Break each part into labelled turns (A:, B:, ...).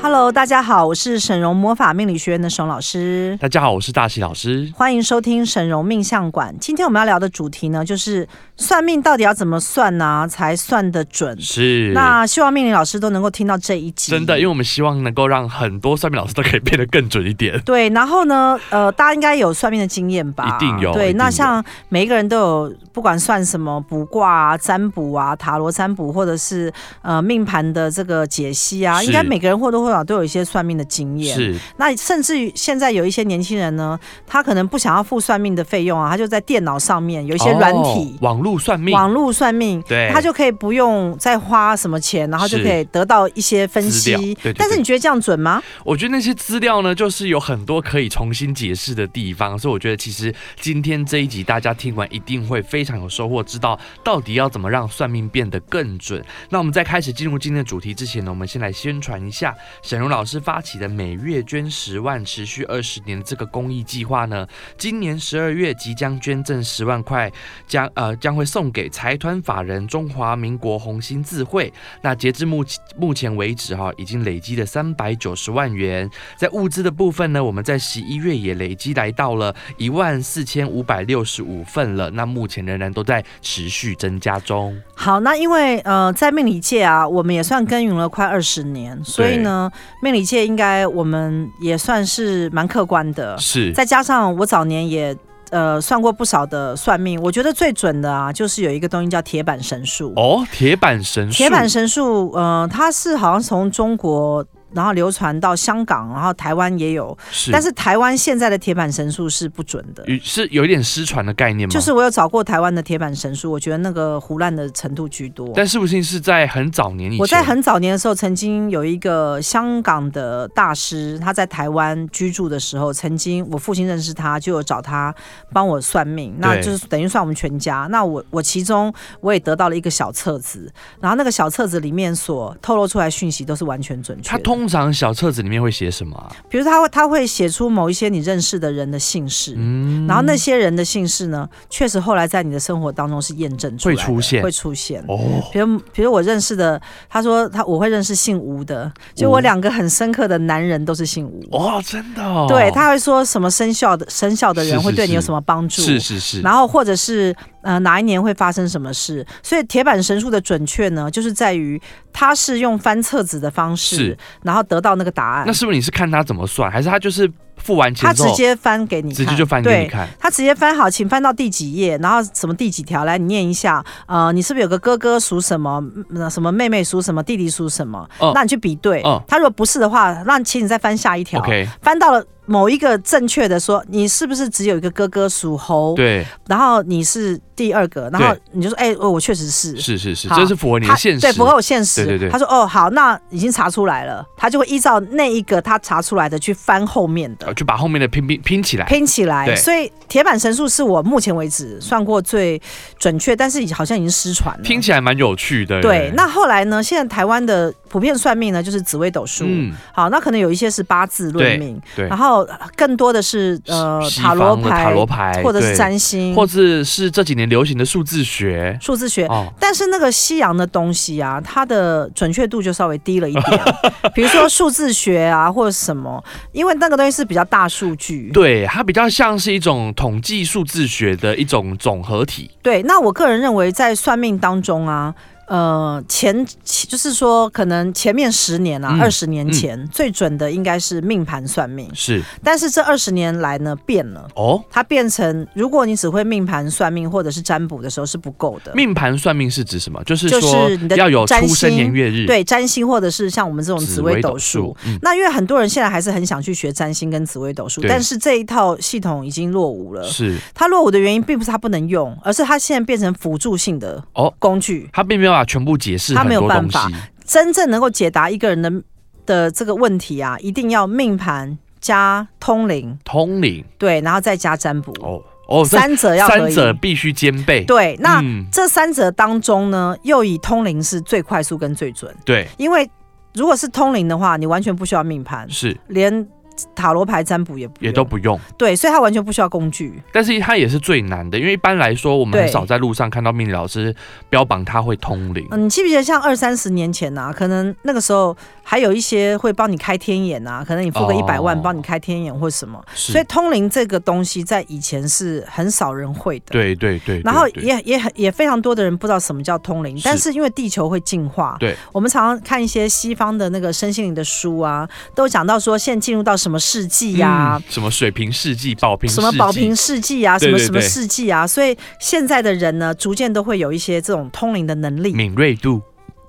A: Hello，大家好，我是沈荣魔法命理学院的沈荣老师。
B: 大家好，我是大喜老师。
A: 欢迎收听沈荣命相馆。今天我们要聊的主题呢，就是算命到底要怎么算呢、才算得准？
B: 是，
A: 那希望命理老师都能够听到这一集。
B: 真的，因为我们希望能够让很多算命老师都可以变得更准一点。
A: 对，然后呢，呃，大家应该有算命的经验吧？
B: 一定有一
A: 对，
B: 定
A: 那
B: 有
A: 像每一个人都有，不管算什么卜卦啊、占卜啊、塔罗占卜，或者是呃命盘的这个解析啊，
B: 是
A: 应该每个人或多或少都有一些算命的经验。。
B: 是，
A: 那甚至于现在有一些年轻人呢，他可能不想要付算命的费用啊，他就在电脑上面有
B: 一
A: 一些软体。
B: 哦网络算命，
A: 网络算命，
B: 对
A: 他就可以不用再花什么钱，然后就可
B: 是
A: 以得到一些分
B: 资
A: 析。
B: 料对对
A: 但是
B: 对
A: 你觉得这样准吗？
B: 我觉得那些资料呢，就是有很多可以重新解释的地方，所以我觉得其实今天这一集大家听完一定会非常有收获，知道到底要怎么让算命变得更准。那我们在开始进入今天的主题之前呢，我们先来宣传一下沈荣老师发起的每月捐十万、持续二十年这个公益计划呢，今年十二月即将捐赠十万块，将呃将会送给财团法人中华民国红星自会。那截至目目前为止哈、已经累积了三百九十万元。在物资的部分呢，我们在十一月也累积来到了一万四千五百六十五份了。那目前仍然都在持续增加中。
A: 好，那因为呃，在命理界啊，我们也算耕耘了快二十年，所以呢，命理界应该我们也算是蛮客观的。
B: 是
A: 再加上我早年也呃算过不少的算命，我觉得最准的啊，就是有一个东西叫铁板神术。
B: 哦，铁板神术，
A: 铁板神术，呃，它是好像从中国。然后流传到香港，然后台湾也有，
B: 是，嗯
A: 但是台湾现在的铁板神术是不准的。
B: 与是有一点失传的概念吗？
A: 就。是我有找过台湾的铁板神术，我觉得那个胡乱的程度居多。
B: 但是不是是在很早年以前？
A: 我在很早年的时候，曾经有一个香港的大师，他在台湾居住的时候，曾经我父亲认识他，就有找他帮我算命，那就是等于算我们全家。那我我其中我也得到了一个小册子，然后那个小册子里面所透露出来的讯息都是完全准确
B: 他
A: 的。
B: 通常小册子里面会写什么啊、
A: 比如他会他会写出某一些你认识的人的姓氏，
B: 嗯
A: 然后那些人的姓氏呢，确实后来在你的生活当中是验证出来的
B: 会出现
A: 会出现。
B: 哦，
A: 比如，比如我认识的，他说他我会认识姓吴的，就我两个很深刻的男人都是姓吴。
B: 哇、真的哦，
A: 对，他会说什么生肖的生肖的
B: 是
A: 人
B: 是
A: 会对你有什么帮助，
B: 是是是，
A: 然后或者是呃哪一年会发生什么事。所以铁板神术的准确呢，就是在于他是用翻册子的方式
B: 是，
A: 然后得到那个答案
B: 那。是不是你是看他怎么算，还是他就是付完
A: 他
B: 钱之
A: 直
B: 后
A: 接翻给你看，
B: 直接就翻给你看？
A: 他直接翻好，请翻到第几页，然后什么第几条，来你念一下。呃，你是不是有个哥哥属什么，嗯什么妹妹属什么，弟弟属什么？
B: 嗯
A: 那你去比对。
B: 嗯
A: 他如果不是的话，那请你再翻下一条。
B: OK，
A: 翻到了某一个正确的说，你是不是只有一个哥哥属猴？
B: 对，
A: 然后你是第二个，然后你就说，哎、哦我确实是。
B: 是是是，
A: 好
B: 这是符合你的
A: 他
B: 现实，
A: 对符合我现实。
B: 对对对
A: 他说哦好，那已经查出来了，他就会依照那一个他查出来的去翻后面的
B: 呃，。就把后面的拼拼拼起来。
A: 拼起来，
B: 对
A: 所以铁板神术是我目前为止算过最准确，但是好像已经失传了。
B: 听起来蛮有趣的。
A: 对，那后来呢？现在台湾的普遍算命呢，就是紫微斗数。
B: 嗯，
A: 好，那可能有一些是八字论命，
B: 对
A: 然后更多的是呃
B: 西
A: 塔罗
B: 方的
A: 牌，
B: 塔罗牌，
A: 或者是
B: 对，
A: 占星，
B: 或者是这几年流行的数字学。
A: 数字学。
B: 哦，
A: 但是那个西洋的东西啊，它的准确度就稍微低了一点，比如说数字学啊，或者什么，因为那个东西是比较大数据。
B: 对，它比较像是一种统计数字学的一种总合体。
A: 对，那我个人认为，在算命当中啊，呃，前就是说，可能前面十年啊，
B: 嗯
A: 二十、年前、最准的应该是命盘算命，
B: 是
A: 但是这二十年来呢，变了。
B: 哦，
A: 它变成，如果你只会命盘算命或者是占卜的时候是不够的，
B: 命盘算命是指什么？就是
A: 就是
B: 说
A: 你的
B: 要有
A: 占
B: 出生
A: 星
B: 年月日，，
A: 对占星或者是像我们这种紫微斗数。，
B: 嗯，
A: 那因为很多人现在还是很想去学占星跟紫微斗数，
B: 对
A: 但是这一套系统已经落伍了。
B: 是
A: 它落伍的原因并不是它不能用，而是它现在变成辅助性的
B: 哦
A: 工具。
B: 它并没有办法全部解释
A: 它
B: 很
A: 没有
B: 多
A: 办
B: 东西
A: 法。真正能够解答一个人的的这个问题啊，一定要命盘加通灵，
B: 通灵
A: 对，然后再加占卜，
B: 哦哦，这
A: 三者要合
B: 三
A: 一。
B: 者必须兼备。
A: 对，那、
B: 嗯
A: 这三者当中呢，又以通灵是最快速跟最准，
B: 对
A: 因为如果是通灵的话，你完全不需要命盘，
B: 是
A: 连塔罗牌占卜也不
B: 也
A: 用
B: 都不用，
A: 对，所以它完全不需要工具。
B: 但是它也是最难的，因为一般来说我们
A: 对
B: 很少在路上看到命理老师标榜他会通灵。
A: 嗯，你记不记得像二三十年前呐、可能那个时候还有一些会帮你开天眼啊，可能你付
B: 哦
A: 个一百万帮你开天眼或什么，
B: 是
A: 所以通灵这个东西在以前是很少人会的。。
B: 对对对，
A: 然后
B: 对对
A: 也也很也非常多的人不知道什么叫通灵，
B: 是
A: 但是因为地球会进化，
B: 对，
A: 我们常常看一些西方的那个身心灵的书啊，都讲到说现在进入到什么世纪 呀、
B: 嗯什么水平世纪、宝瓶世纪、
A: 什么保平世纪啊，
B: 对
A: 什么
B: 对
A: 什么
B: 对
A: 世纪啊，所以现在的人呢，逐渐都会有一些这种通灵的能力。
B: 敏锐度，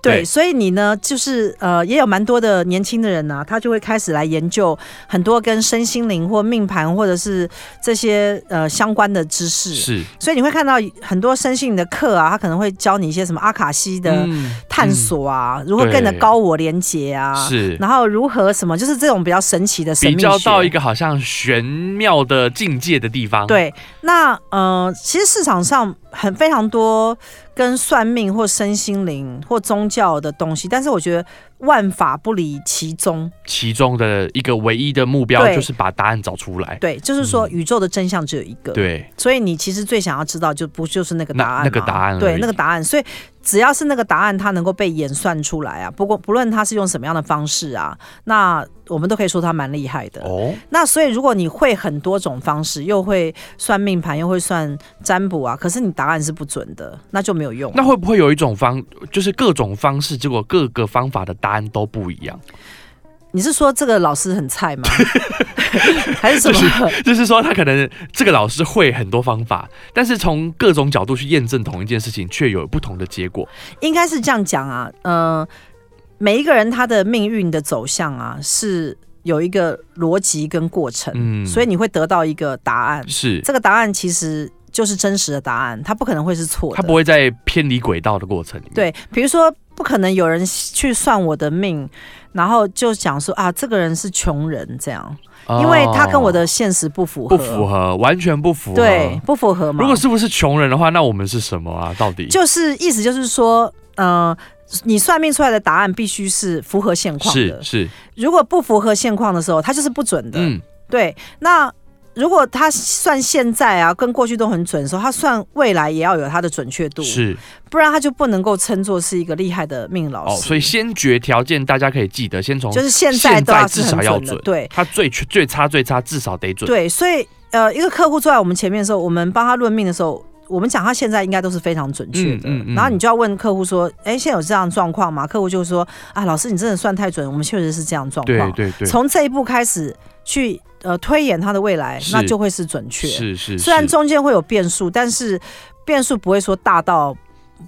A: 对，
B: 对
A: 所以你呢，就是呃，也有蛮多的年轻的人呢、他就会开始来研究很多跟身心灵或命盘或者是这些呃相关的知识。
B: 是
A: 所以你会看到很多身心灵的课啊，他可能会教你一些什么阿卡西的
B: 嗯
A: 探索啊，如何
B: 对
A: 跟你的高我连接啊，
B: 嗯是。
A: 然后如何什么，就是这种比较神奇的神
B: 比
A: 秘
B: 较
A: 学。
B: 到一个好像玄妙的境界的地方，，
A: 对，那呃，其实市场上很非常多跟算命或身心灵或宗教的东西，但是我觉得万法不离其宗。
B: 其中的一个唯一的目标
A: 对
B: 就是把答案找出来，
A: 对，就是说
B: 嗯
A: 宇宙的真相只有一个。，
B: 对，
A: 所以你其实最想要知道就不就是那个答案吗
B: 那那个答案而已
A: 对，那个答案。所以只要是那个答案，它能够被演算出来啊，不过不论它是用什么样的方式啊，那我们都可以说它蛮厉害的。
B: 哦，
A: 那所以，如果你会很多种方式，又会算命盘，又会算占卜啊，可是你答案是不准的，那就没有用。
B: 那会不会有一种方，就是各种方式，结果各个方法的答案都不一样？
A: 你是说这个老师很菜吗？还是什么？
B: 就是说，他可能这个老师会很多方法，但是从各种角度去验证同一件事情，却有不同的结果。
A: 应该是这样讲啊，呃，每一个人他的命运的走向啊，是有一个逻辑跟过程，
B: 嗯
A: 呃所以你会得到一个答案。
B: 是
A: 这个答案其实就是真实的答案，它不可能会是错的。
B: 他不会在偏离轨道的过程里面。，
A: 对，比如说不可能有人去算我的命，然后就讲说啊，这个人是穷人这样，因为他跟我的现实不符合，
B: 哦不符合，完全不符合。
A: 对，，不符合嘛。
B: 如果是不是穷人的话，那我们是什么啊？到底
A: 就是意思就是说，呃，你算命出来的答案必须是符合现况
B: 是
A: 的，
B: 是，
A: 如果不符合现况的时候，它就是不准的。
B: 嗯，
A: 对，那。如果他算现在啊，跟过去都很准的时候，他算未来也要有他的准确度，
B: 是
A: 不然他就不能够称作是一个厉害的命老
B: 哦。
A: 师。
B: 所以先决条件大家可以记得，先从
A: 就是现在都要
B: 哦
A: 是
B: 现在至
A: 很
B: 少要
A: 准的，
B: 准
A: 对
B: 他最最差最差至少得准。
A: 对，所以呃，一个客户坐在我们前面的时候，我们帮他论命的时候。我们讲他现在应该都是非常准确的，
B: 嗯嗯嗯
A: 然后你就要问客户说：“哎，现在有这样的状况吗？”客户就说：“啊，老师，你真的算太准，我们确实是这样的状
B: 对
A: 况。
B: 对对，
A: 从这一步开始去呃推演他的未来，
B: 是
A: 那就会是准确。
B: 是是，
A: 虽然
B: 是
A: 中间会有变数，但是变数不会说大到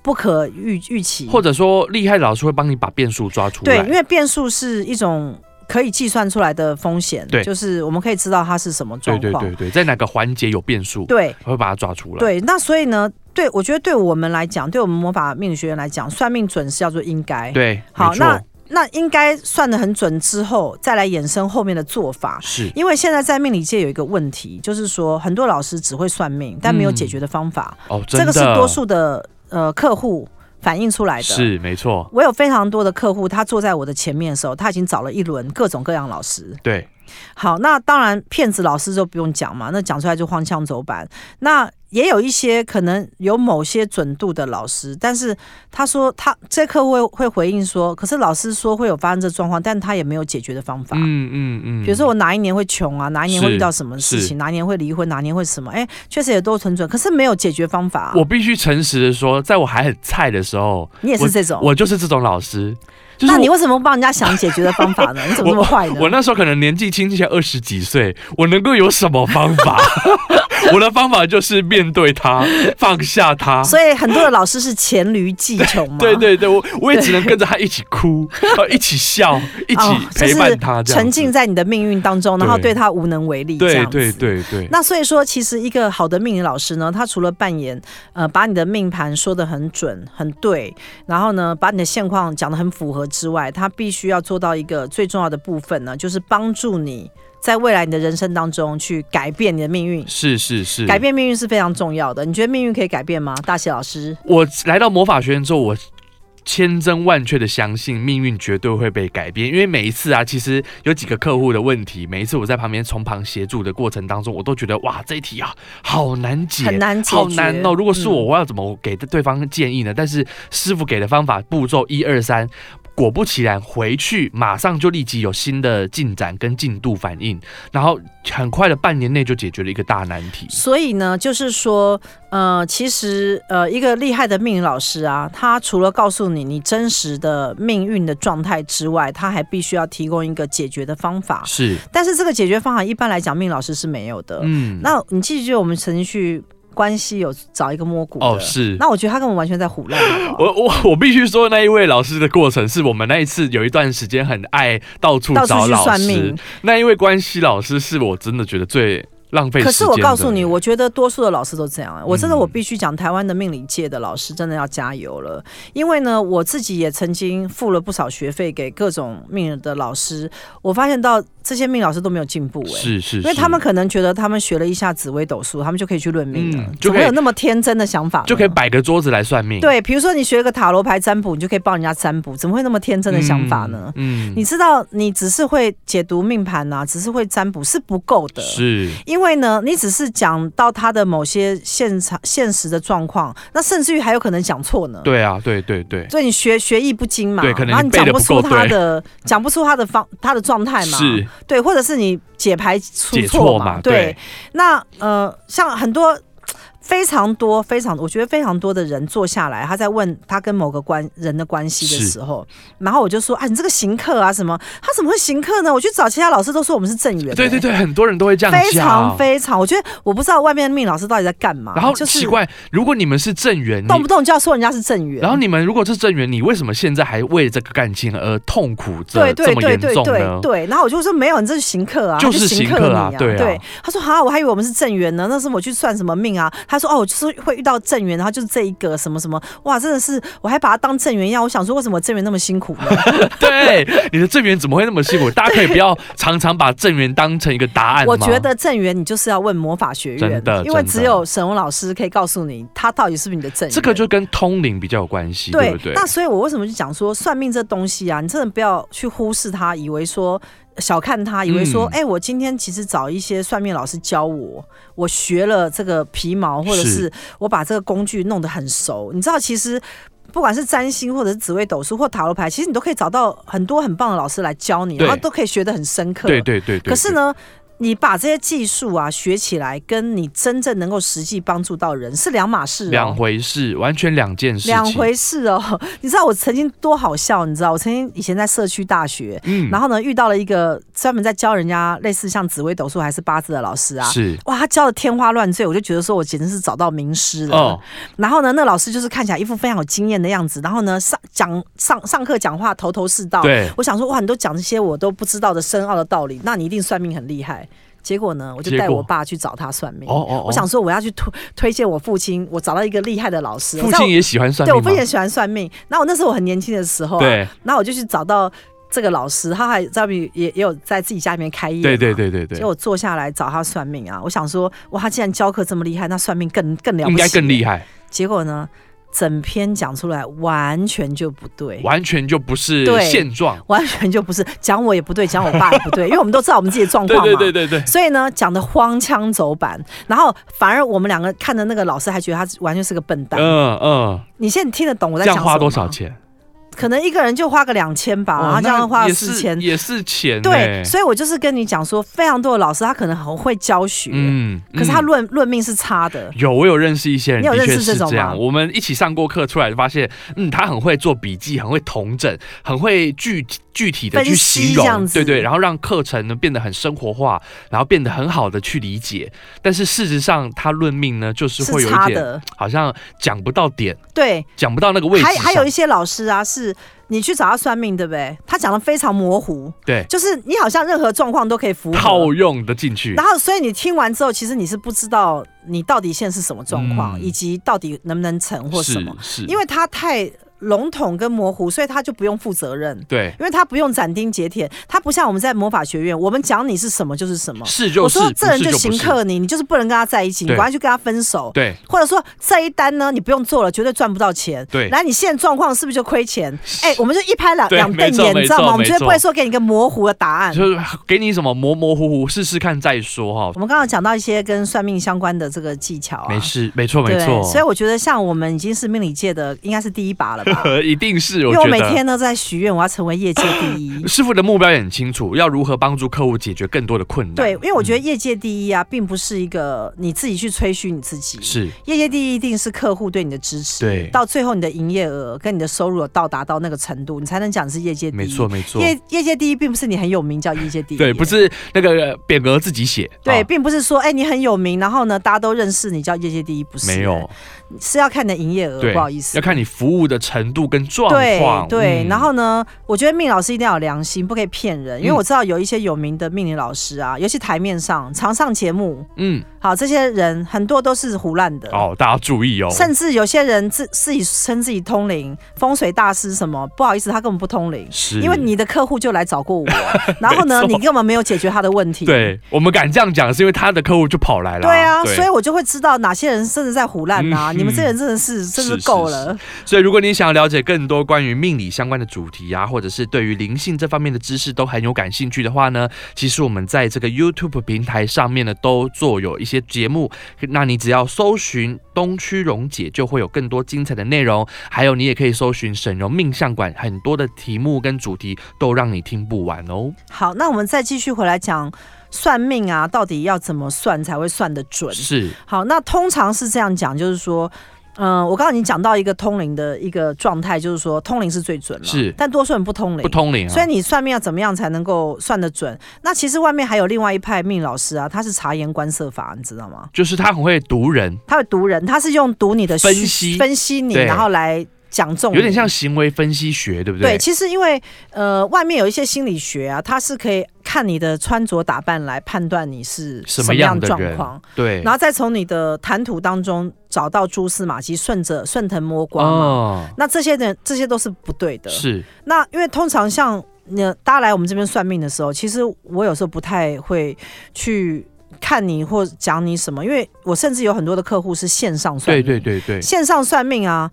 A: 不可预预期。
B: 或者说厉害的老师会帮你把变数抓出
A: 对，因
B: 来。
A: 为变数是一种可以计算出来的风险，
B: 对
A: 就是我们可以知道它是什么状
B: 对
A: 况。
B: 对对对，在哪个环节有变数，
A: 对
B: 会把它抓出来。，
A: 对，那所以呢，对我觉得对我们来讲，对我们魔法命理学院来讲，算命准是叫做应该。
B: 对，
A: 好
B: 没错
A: 那那应该算得很准之后，再来衍生后面的做法。
B: 是
A: 因为现在在命理界有一个问题，就是说很多老师只会算命，但没有解决的方法。
B: 哦，嗯真
A: 这
B: 的
A: 个是多数的呃客户反映出来的。。
B: 是没错，
A: 我有非常多的客户，他坐在我的前面的时候，他已经找了一轮各种各样老师，
B: 对，
A: 好，那当然，骗子老师就不用讲嘛，那讲出来就荒腔走板。那也有一些可能有某些准度的老师，但是他说他这课会会回应说，可是老师说会有发生这状况，但他也没有解决的方法。
B: 嗯嗯嗯，
A: 比如说我哪一年会穷啊，哪一年会
B: 是
A: 遇到什么事
B: 是
A: 情，哪一年会离婚，哪一年会什么？哎，确实也都很准，可是没有解决方法啊、
B: 我必须诚实的说，在我还很菜的时候，
A: 你也是这种，
B: 我就是这种老师。就是、
A: 那你为什么不帮人家想解决的方法呢？你怎么这么坏呢？
B: 我那时候可能年纪轻轻，二十几岁，我能够有什么方法？ 我的方法就是面对他，放下他。
A: 所以很多的老师是黔驴技 穷嘛。
B: 对对对， 我我也只能跟着他一起哭，呃 一起笑，一
A: 哦
B: 起陪伴他，
A: 就
B: 这
A: 是
B: 样
A: 沉
B: 子
A: 浸在你的命运当中，然后
B: 对
A: 对他无能为力，这
B: 对
A: 样子
B: 对。对对，
A: 那所以说，其实一个好的命理老师呢，他除了扮演呃把你的命盘说得很准、很对，然后呢把你的现况讲得很符合之外，他必须要做到一个最重要的部分呢，就是帮助你。在未来你的人生当中去改变你的命运。
B: 是是是，
A: 改变命运是非常重要的。你觉得命运可以改变吗？大喜老师，
B: 我来到魔法学院之后，我千真万确的相信命运绝对会被改变，因为每一次啊，其实有几个客户的问题，每一次我在旁边从旁协助的过程当中，我都觉得哇，这一题啊好难解，啊
A: 很难解决
B: 好难哦。如果是我，
A: 嗯
B: 我要怎么给对方建议呢？但是师傅给的方法步骤一二三。果不其然，回去马上就立即有新的进展跟进度反应，然后很快的半年内就解决了一个大难题。
A: 所以呢，就是说，呃，其实呃，一个厉害的命理老师啊，他除了告诉你你真实的命运的状态之外，他还必须要提供一个解决的方法。
B: 是，
A: 但是这个解决方法一般来讲，命理老师是没有的。
B: 嗯，
A: 那你记不记得我们曾经去关西有找一个摸骨的？
B: 哦是，
A: 那我觉得他根本完全在胡乱，好不好
B: 我我我必须说，那一位老师的过程是我们那一次有一段时间很爱到处
A: 到
B: 找
A: 处去
B: 老
A: 算
B: 师
A: 命。。
B: 那一位关系老师是我真的觉得最浪费时间的。
A: 可是我告诉你，我觉得多数的老师都这样、我真的
B: 嗯
A: 我必须讲，台湾的命理界的老师真的要加油了。因为呢，我自己也曾经付了不少学费给各种命理的老师，我发现到这些命理老师都没有进步、哎，
B: 是是，
A: 因为他们可能觉得他们学了一下紫微斗数，他们就可以去论命了，
B: 嗯就
A: 怎
B: 可以
A: 么有那么天真的想法呢？
B: 是就可以摆个桌子来算命。
A: 对，比如说你学个塔罗牌占卜，你就可以帮人家占卜，怎么会那么天
B: 嗯，
A: 真的想法呢？
B: 嗯，
A: 你知道，你只是会解读命盘呐、只是会占卜是不够的。
B: 是
A: 因为呢，你只是讲到他的某些现场现实的状况，那甚至于还有可能讲错呢。，
B: 对啊，对对对，
A: 所以你学学艺不精嘛，
B: 对可能
A: 然后你
B: 你背
A: 讲
B: 得
A: 不
B: 不
A: 出
B: 够
A: 他
B: 对
A: 的讲不出他的方他的状态嘛，
B: 是
A: 对，或者是你解牌出
B: 解
A: 错
B: 错
A: 嘛，
B: 嘛，
A: 对。那呃，像很多。非常多，非常，我觉得非常多的人坐下来，他在问他跟某个关人的关系的
B: 是
A: 时候，然后我就说，啊，你这个行客啊，什么？他怎么会行客呢？我去找其他老师都说我们是正缘、
B: 对对
A: 欸
B: 对，很多人都会这样
A: 非
B: 讲
A: 常。非常，我觉得我不知道外面的命老师到底在干嘛，
B: 然后
A: 就是
B: 奇怪，如果你们是正缘，你
A: 动不动就要说人家是正缘，
B: 然后你们如果是正缘，你为什么现在还为这个感情而痛苦
A: 对
B: 这这
A: 对
B: 么
A: 对
B: 严
A: 对
B: 重
A: 对
B: 呢？
A: 对，然后我就说没有，你这是行客啊，
B: 就是
A: 他行
B: 行客
A: 你
B: 啊对啊
A: 他说哈，我还以为我们是正缘呢，那是我去算什么命啊？他说哦，我就是会遇到正缘，然后就是这一个什么什么，哇，真的是我还把他当正缘一样，我想说为什么正缘那么辛苦 呢？
B: 对，你的正缘怎么会那么辛苦？大家可以不要常常把正缘当成一个答案吗
A: 我觉得正缘你就是要问魔法学院
B: 真的，
A: 因为
B: 真的
A: 只有沈荣老师可以告诉你他到底是不是你的正缘。
B: 这个就跟通灵比较有关系，对不对？
A: 那所以，我为什么就讲说算命这东西啊，你真的不要去忽视它，以为说小看它，以为说，
B: 嗯
A: 哎、我今天其实找一些算命老师教我，我学了这个皮毛，或者
B: 是
A: 是我把这个工具弄得很熟。你知道，其实。不管是占星，或者是紫微斗数，或塔罗牌，其实你都可以找到很多很棒的老师来教你，
B: 对
A: 然后都可以学得很深刻。
B: 对对对对。
A: 可是呢，你把这些技术啊学起来，跟你真正能够实际帮助到人是两码事、
B: 对，
A: 哦。
B: 两回事，完全两件事情。
A: 两，回事哦。 你知道我曾经多好笑，你知道我曾经以前在社区大学，
B: 嗯
A: 然后呢遇到了一个专门在教人家类似像紫微斗数还是八字的老师啊。
B: 是
A: 哇，他教的天花乱坠，我就觉得说我简直是啊找到名师了。
B: 哦，
A: 然后呢，那老师就是看起来一副非常有经验的样子，然后呢上讲上上课讲话头头是道。
B: 对，
A: 我想说哇，你都讲这些我都不知道的深奥的道理，那你一定算命很厉害。结果呢，我就
B: 结
A: 带
B: 果
A: 我爸去找他算命。
B: 哦哦，哦
A: 我想说我要去推推荐我父亲，我找到一个厉害的老师。我
B: 父
A: 在我
B: 亲也喜欢算
A: 对我
B: 命
A: 父
B: 吗
A: 亲也喜欢算命，然后我那时候我很年轻的时候、啊，，
B: 对
A: 然后我就去找到这个老师，他还在外面也也有在自己家里面开业，
B: 对对。对对
A: 结
B: 对，
A: 果我坐下来找他算命啊，我想说，哇，他既然教课这么厉害，那算命更更了不起，
B: 应该更厉。害，
A: 结果呢，整篇讲出来完全就不对，
B: 完全就不是
A: 对
B: 现状。
A: 完全就不是讲我也不对，讲我爸也不对，因为我们都知道我们自己的状
B: 对
A: 况嘛。
B: 对对对对，
A: 所以呢，讲的荒腔走板，然后反而我们两个看的那个老师还觉得他完全是个笨蛋。
B: 嗯嗯，
A: 你现在听得懂我在
B: 这
A: 讲
B: 样
A: 什么
B: 花多少
A: 吗
B: 钱？
A: 可能一个人就花个两千吧，然
B: 哦
A: 后啊这样
B: 那
A: 花
B: 也
A: 四
B: 是
A: 千。
B: 也是钱欸
A: 对，
B: 呢。
A: 所以我就是跟你讲说，非常多的老师他可能很会教学，
B: 嗯，
A: 可是他
B: 嗯
A: 论论命是差的。
B: 有，我有认识一些人，
A: 你有
B: 的
A: 认
B: 确
A: 识这
B: 是
A: 种
B: 这
A: 吗
B: 样。我们一起上过课出来，发现，嗯，他很会做笔记，很会统整，很会具具体的
A: 分
B: 去
A: 析
B: 形
A: 这样
B: 容，
A: 子
B: 对对，然后让课程呢变得很生活化，然后变得很好的去理解。但是事实上，他论命呢，就是
A: 是
B: 会有一
A: 差
B: 点
A: 的，
B: 好像讲不到点，
A: 对，
B: 讲不到那个位置
A: 还
B: 上。
A: 还有一些老师啊，是你去找他算命，对不对？他讲的非常模糊，
B: 对
A: 就是你好像任何状况都可以符合。
B: 套用的进去
A: 然，后，所以你听完之后，其实你是不知道你到底现在是什么状况，
B: 嗯
A: 以及到底能不能成或什么。
B: 是是，
A: 因为他太笼统跟模糊，所以他就不用负责任。
B: 对，
A: 因为他不用斩钉截铁，他不像我们在魔法学院，我们讲你是什么就是什么。
B: 是就
A: 我
B: 是，
A: 说这人
B: 不是就
A: 行
B: 不是。
A: 克你，你就是不能跟他在一起，你
B: 对
A: 赶快去跟他分手。
B: 对
A: 或者说这一单呢，你不用做了，绝对赚不到钱。
B: 对
A: 来，你现在状况是不是就亏钱？哎、我们就一拍两
B: 对
A: 两瞪
B: 没错
A: 眼，你知道
B: 没
A: 吗？
B: 错
A: 我们绝对
B: 没错
A: 不会说给你一个模糊的答案。
B: 就是给你什么模模糊糊，试试看再说哈、
A: 我们刚刚讲到一些跟算命相关的这个技巧啊，
B: 没事，没错，没
A: 对，
B: 错。
A: 所以我觉得像我们已经是命理界的，应该是第一把了 吧？
B: 一定是，
A: 因
B: 我
A: 为
B: 觉
A: 我
B: 得。
A: 每天都在许愿，我要成为业界第一
B: 师傅的目标也很清楚，要如何帮助客户解决更多的困难。
A: 对，因为我觉得
B: 嗯、
A: 业界第一啊，并不是一个你自己去吹嘘你自己。
B: 是
A: 业界第一一定是客户对你的支持，
B: 对
A: 到最后你的营业额跟你的收入有到达到那个程度，你才能讲是业界第一。
B: 没错，，没错。
A: 业业界第一并不是你很有名叫业界第一，
B: 对，不是那个匾额自己写。
A: 对，
B: 啊
A: 并不是说哎、你很有名，然后呢大家都认识你叫业界第一，不是、
B: 没有，
A: 是要看你的营业额，
B: 对，
A: 不好意思
B: 要。看你服务的程度跟状
A: 对
B: 况。
A: 对、
B: 嗯
A: 然后呢，我觉得命老师一定要有良心，不可以骗人，因为
B: 嗯
A: 我知道有一些有名的命理老师啊，尤其台面上常上节目，
B: 嗯，
A: 好，这些人很多都是胡乱的。
B: 哦，大家注意哦，
A: 甚至有些人自自己称自己通灵、风水大师什么，不好意思，他根本不通灵，
B: 是
A: 因为你的客户就来找 过我，然后呢，
B: 没错
A: 你根本没有解决他的问题。
B: 对我们敢这样讲，是因为他的客户就跑来了。
A: 对啊，所以我就会知道哪些人真的在胡乱啊，
B: 嗯
A: 你们这些人真的是真的够了。
B: 所以，如果你想要了解更多关于命理相关的主题啊，或者是对于灵性这方面的知识都很有感兴趣的话呢，其实我们在这个 YouTube 平台上面呢都做有一些节目，那你只要搜寻东区溶解，就会有更多精彩的内容。还有，你也可以搜寻沈荣命相馆，很多的题目跟主题都让你听不完哦。
A: 好，那我们再继续回来讲算命啊，到底要怎么算才会算得准？
B: 是，
A: 好，那通常是这样讲，就是说。嗯，我刚刚已经讲到一个通灵的一个状态，就是说通灵是最准了，
B: 是
A: 但多数人不通灵，
B: 不通灵啊
A: 所以。你算命要怎么样才能够算得准？那其实外面还有另外一派命老师啊，他是察言观色法，你知道吗？
B: 就是他很会读人，
A: 他会读人，他是用读你的
B: 分
A: 虚
B: 析
A: 分析你，
B: 对
A: 然后来讲中你，
B: 有点像行为分析学，对不
A: 对
B: 对？
A: 其实因为呃，外面有一些心理学啊，它是可以看你的穿着打扮来判断你是
B: 什
A: 么
B: 么
A: 样
B: 样
A: 的
B: 的
A: 状
B: 人
A: 况，
B: 对，
A: 然后再从你的谈吐当中找到蛛丝马迹，顺着顺藤摸瓜嘛。
B: 哦，
A: 那这些人这些都是不对的。
B: 是
A: 那因为通常像呃，大家来我们这边算命的时候，其实我有时候不太会去看你或讲你什么，因为我甚至有很多的客户是线上算
B: 对
A: 命，
B: 对对对，
A: 线上算命啊。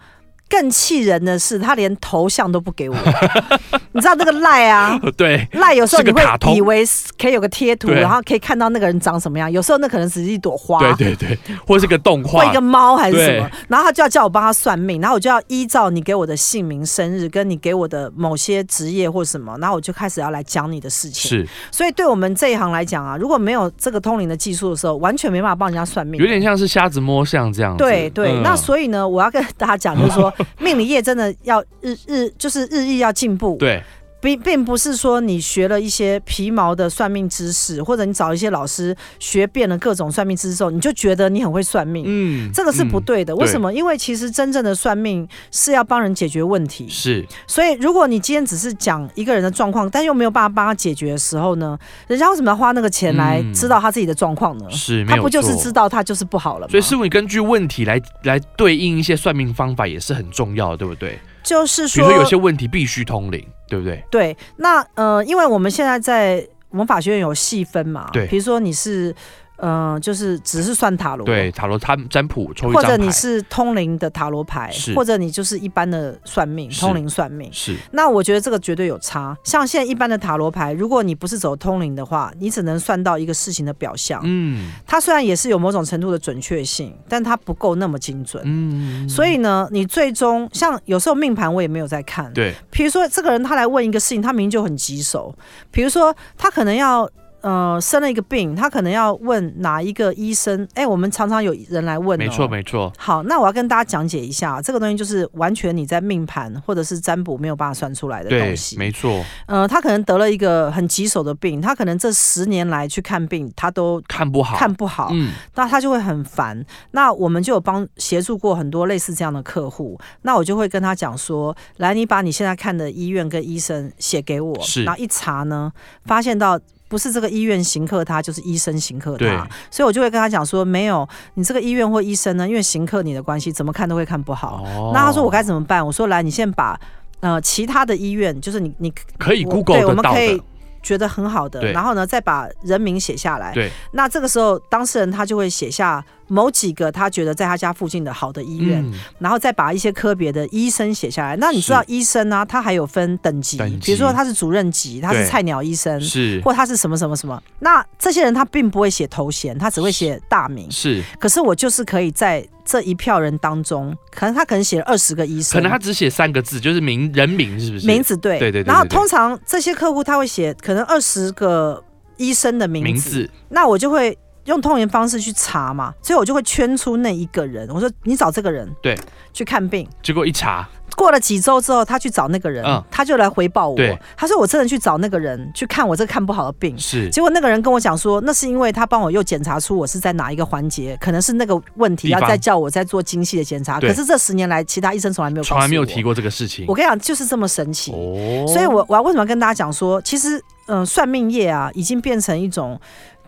A: 更气人的是，他连头像都不给我， 你知道那个 赖啊，
B: 呃对，
A: 赖有时候
B: 是
A: 你
B: 个
A: 会
B: 卡通
A: 以为是可以有个贴图，
B: 对
A: 然后可以看到那个人长什么样，有时候那可能只是一朵花，
B: 对对 对，或是个动
A: 或
B: 画，
A: 一个猫还是什么
B: 对，
A: 然后他就要叫我帮他算命，然后我就要依照你给我的姓名、生日，跟你给我的某些职业或什么，然后我就开始要来讲你的事情。
B: 是
A: 所以对我们这一行来讲啊，如果没有这个通灵的技术的时候，完全没办法帮人家算命
B: 有。点像是瞎子摸象这样子。
A: 对对，
B: 嗯
A: 那所以呢，我要跟大家讲，就是说命理业真的要日日就是日益要进步，
B: 对
A: 并并不是说你学了一些皮毛的算命知识，或者你找一些老师学遍了各种算命知识之后，你就觉得你很会算命。
B: 嗯
A: 这个是不、对的，
B: 对
A: 为什么？因为其实真正的算命是要帮人解决问题
B: 嗯，是
A: 所以如果你今天只是讲一个人的状况，但又没有办法帮他解决的时候呢，人家为什么要花那个钱来
B: 嗯
A: 知道他自己的状况呢？
B: 是，没
A: 他
B: 有
A: 不就是
B: 错
A: 知。道他就是不好了吗？
B: 所以师傅，你根据问题来来对应一些算命方法也是很重要的，对不对？
A: 就是
B: 比
A: 说
B: 如说有些问题必须通灵，对不对？
A: 对，那呃，因为我们现在在魔法学院有细分嘛，
B: 对
A: 比如说你是呃，就是只是算塔罗，
B: 对，，塔罗占占卜抽一
A: 或
B: 张牌
A: 者你是通灵的塔罗牌
B: 是，
A: 或者你就是一般的算命，
B: 是
A: 通灵算命。
B: 是
A: 那我觉得这个绝对有差。像现在一般的塔罗牌，如果你不是走通灵的话，你只能算到一个事情的表象。
B: 嗯
A: 它虽然也是有某种程度的准确性，但它不够那么精准。
B: 嗯，
A: 所以呢，你最终像有时候命盘我也没有在看，
B: 对
A: 比如说这个人他来问一个事情，他明明就很棘手，比如说他可能要。呃，生了一个病，他可能要问哪一个医生？哎，我们常常有人来问、哦，
B: 没错没错，
A: 好，那我要跟大家讲解一下，这个东西就是完全你在命盘或者是占卜没有办法算出来的
B: 对
A: 东西。
B: 没错，
A: 呃，他可能得了一个很棘手的病，他可能这十年来去看病，他都
B: 看不好，
A: 看不好，
B: 嗯
A: 那他就会很烦。那我们就有帮协助过很多类似这样的客户，那我就会跟他讲说，来，你把你现在看的医院跟医生写给我
B: 是，
A: 然后一查呢，发现到。不是这个医院行客他，就是医生行客
B: 对
A: 他。所以我就会跟他讲说，没有，你这个医院或医生呢，因为行客你的关系，怎么看都会看不好。
B: 哦
A: 那他说我该怎么办？我说来，你先把呃其他的医院，就是你你
B: 可以
A: 我
B: Google
A: 对我
B: 得
A: 们
B: 到
A: 可
B: 的
A: 以，觉得很好的
B: 对，
A: 然后呢再把人名写下来。
B: 对，
A: 那这个时候当事人他就会写下某几个他觉得在他家附近的好的医院，
B: 嗯，
A: 然后再把一些科别的医生写下来。那你
B: 是
A: 知道医生呢、啊他还有分等级，
B: 等级
A: 比如说他是主任级，他
B: 对
A: 是菜鸟医生。
B: 是
A: 或他是什么什么什么，那这些人他并不会写头衔，他只会写大名。
B: 是，
A: 可是我就是可以在这一票人当中，可能他可能写了二十个医生，
B: 可能他只写三个字，就是名人名，是不是？
A: 名字对，
B: 对对对
A: 然后
B: 对对
A: 通常这些客户他会写可能二十个医生的名字，
B: 名字
A: 那我就会用通联方式去查嘛，所以我就会圈出那一个人。我说你找这个人，
B: 对，
A: 去看病。
B: 结果一查，
A: 过了几周之后，他去找那个人，
B: 嗯
A: 他就来回报我
B: 对，
A: 他说我真的去找那个人去看我这看不好的病。
B: 是
A: 结果那个人跟我讲说，那是因为他帮我又检查出我是在哪一个环节，可能是那个问题
B: 地
A: 要
B: 方
A: 再叫我再做精细的检查。
B: 对
A: 可是这十年来，其他医生从来没有告诉
B: 从来没有
A: 我
B: 提过这个事情
A: 我。跟你讲，就是这么神奇。
B: 哦
A: 所以我我要为什么要跟大家讲说，其实嗯、呃算命业啊，已经变成一种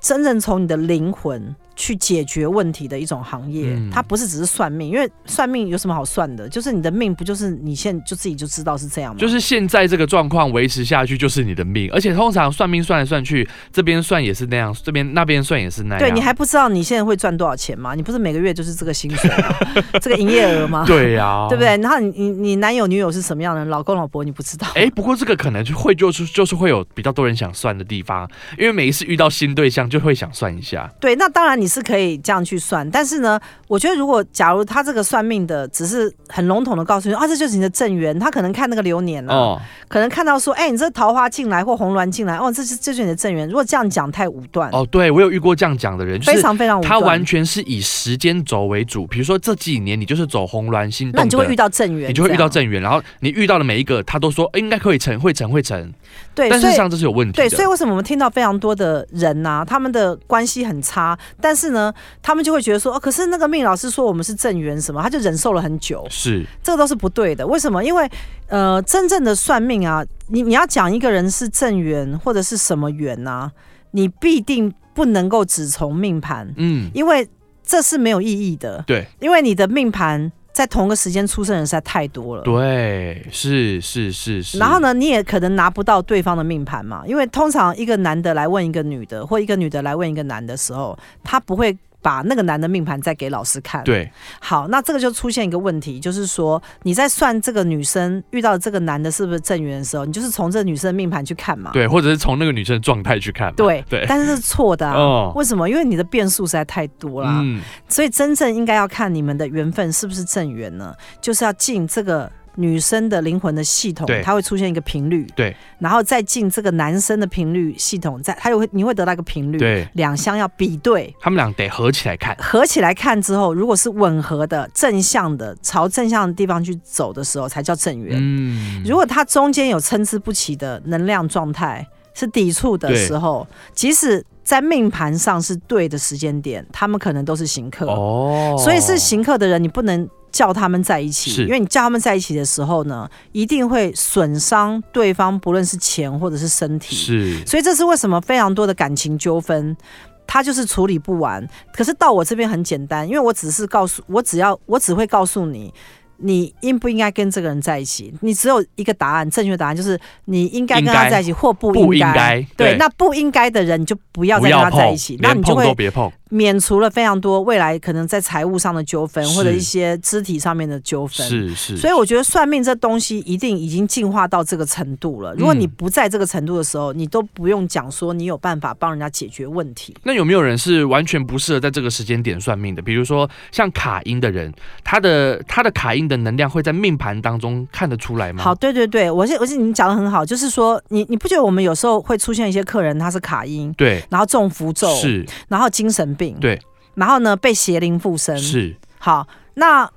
A: 真正从你的灵魂去解决问题的一种行业。
B: 嗯
A: 它不是只是算命，因为算命有什么好算的？就是你的命不就是你现在就自己就知道是这样吗？
B: 就是现在这个状况维持下去就是你的命，而且通常算命算来算去，这边算也是那样，这边那边算也是那样。
A: 对你还不知道你现在会赚多少钱吗？你不是每个月就是这个薪水吗？ 这个营业额 吗？
B: 对啊呀、
A: 对不？对？然后你你你男友女友是什么样的人，老公老婆你不知道。
B: 哎，不过这个可能就会就是就是会有比较多人想算的地方，因为每一次遇到新对象就会想算一下。
A: 对，那当然你是可以这样去算，但是呢，我觉得如果假如他这个算命的只是很笼统的告诉你啊，这就是你的正缘，他可能看那个流年啊，
B: 哦，
A: 可能看到说，哎、你这桃花进来或红鸾进来，哦，这是这就是你的正缘。如果这样讲太武断，
B: 哦，对我有遇过这样讲的人，就
A: 非
B: 是
A: 常非常武断，
B: 他完全是以时间轴为主，比如说这几年你就是走红鸾心动的，
A: 那你就会遇到正缘，
B: 你就会遇到
A: 这样
B: 正缘，然后你遇到的每一个他都说哎应该可以成，会成，会成，
A: 对，
B: 但
A: 所
B: 事实
A: 以
B: 上这是有问题的。
A: 对，所以为什么我们听到非常多的人呐、他们的关系很差，但是呢，他们就会觉得说，哦，可是那个命老师说我们是正缘什么，他就忍受了很久，
B: 是
A: 这个都是不对的。为什么？因为呃，真正的算命啊，你你要讲一个人是正缘或者是什么缘啊，你必定不能够只从命盘，
B: 嗯，
A: 因为这是没有意义的。
B: 对，
A: 因为你的命盘在同个时间出生的人实在太多了。
B: 对，是是是是。
A: 然后？呢，你也可能拿不到对方的命盘嘛，因为通常一个男的来问一个女的，或一个女的来问一个男的时候，他不会把那个男的命盘再给老师看。
B: 对，
A: 好，那这个就出现一个问题，就是说你在算这个女生遇到这个男的是不是正缘的时候，你就是从这女生的命盘去看嘛。
B: 对，或者是从那个女生的状态去看嘛。
A: 啊对
B: 对，
A: 但是是错的啊。
B: 哦
A: 为什么？因为你的变数实在太多啦，
B: 嗯，
A: 所以真正应该要看你们的缘分是不是正缘呢？就是要进这个。女生的灵魂的系统
B: 对，
A: 它会出现一个频率，
B: 对，
A: 然后再进这个男生的频率系统，再还有你会得到一个频率，
B: 对，
A: 两相要比对，
B: 他们俩得合起来看。
A: 合起来看之后，如果是吻合的、正向的，朝正向的地方去走的时候，才叫正缘。
B: 嗯，
A: 如果它中间有参差不齐的能量状态，是抵触的时候，即使在命盘上是对的时间点，他们可能都是行客。
B: 哦，
A: 所以是行客的人，你不能叫他们在一起，
B: 是
A: 因为你叫他们在一起的时候呢，一定会损伤对方，不论是钱或者是身体。
B: 是
A: 所以这是为什么非常多的感情纠纷，他就是处理不完。可是到我这边很简单，因为我只是告诉我，只要我只会告诉你。你应不应该跟这个人在一起？你只有一个答案，正确答案就是你应该跟
B: 应
A: 他
B: 该
A: 在一起或不
B: 不
A: 应
B: 应
A: 该。
B: 该
A: 对，
B: 对
A: 那不应该的人你就不要再跟他在一起，那
B: 连
A: 你就
B: 碰
A: 会
B: 都别碰。
A: 免除了非常多未来可能在财务上的纠纷
B: 是
A: 或者一些肢体上面的纠纷。
B: 是是，
A: 所以我觉得算命这东西一定已经进化到这个程度
B: 嗯
A: 了。如果你不在这个程度的时候，你都不用讲说你有办法帮人家解决问题。
B: 那有没有人是完全不适合在这个时间点算命的？比如说像卡音的人，他的他的卡音的能量会在命盘当中看得出来吗？
A: 好，，对对对，我是我是你讲的很好，就是说你你不觉得我们有时候会出现一些客人他是卡音，
B: 对，
A: 然后中符咒，
B: 是
A: 然后精神病，
B: 对，
A: 然后呢被邪灵附身，
B: 是，
A: 好，那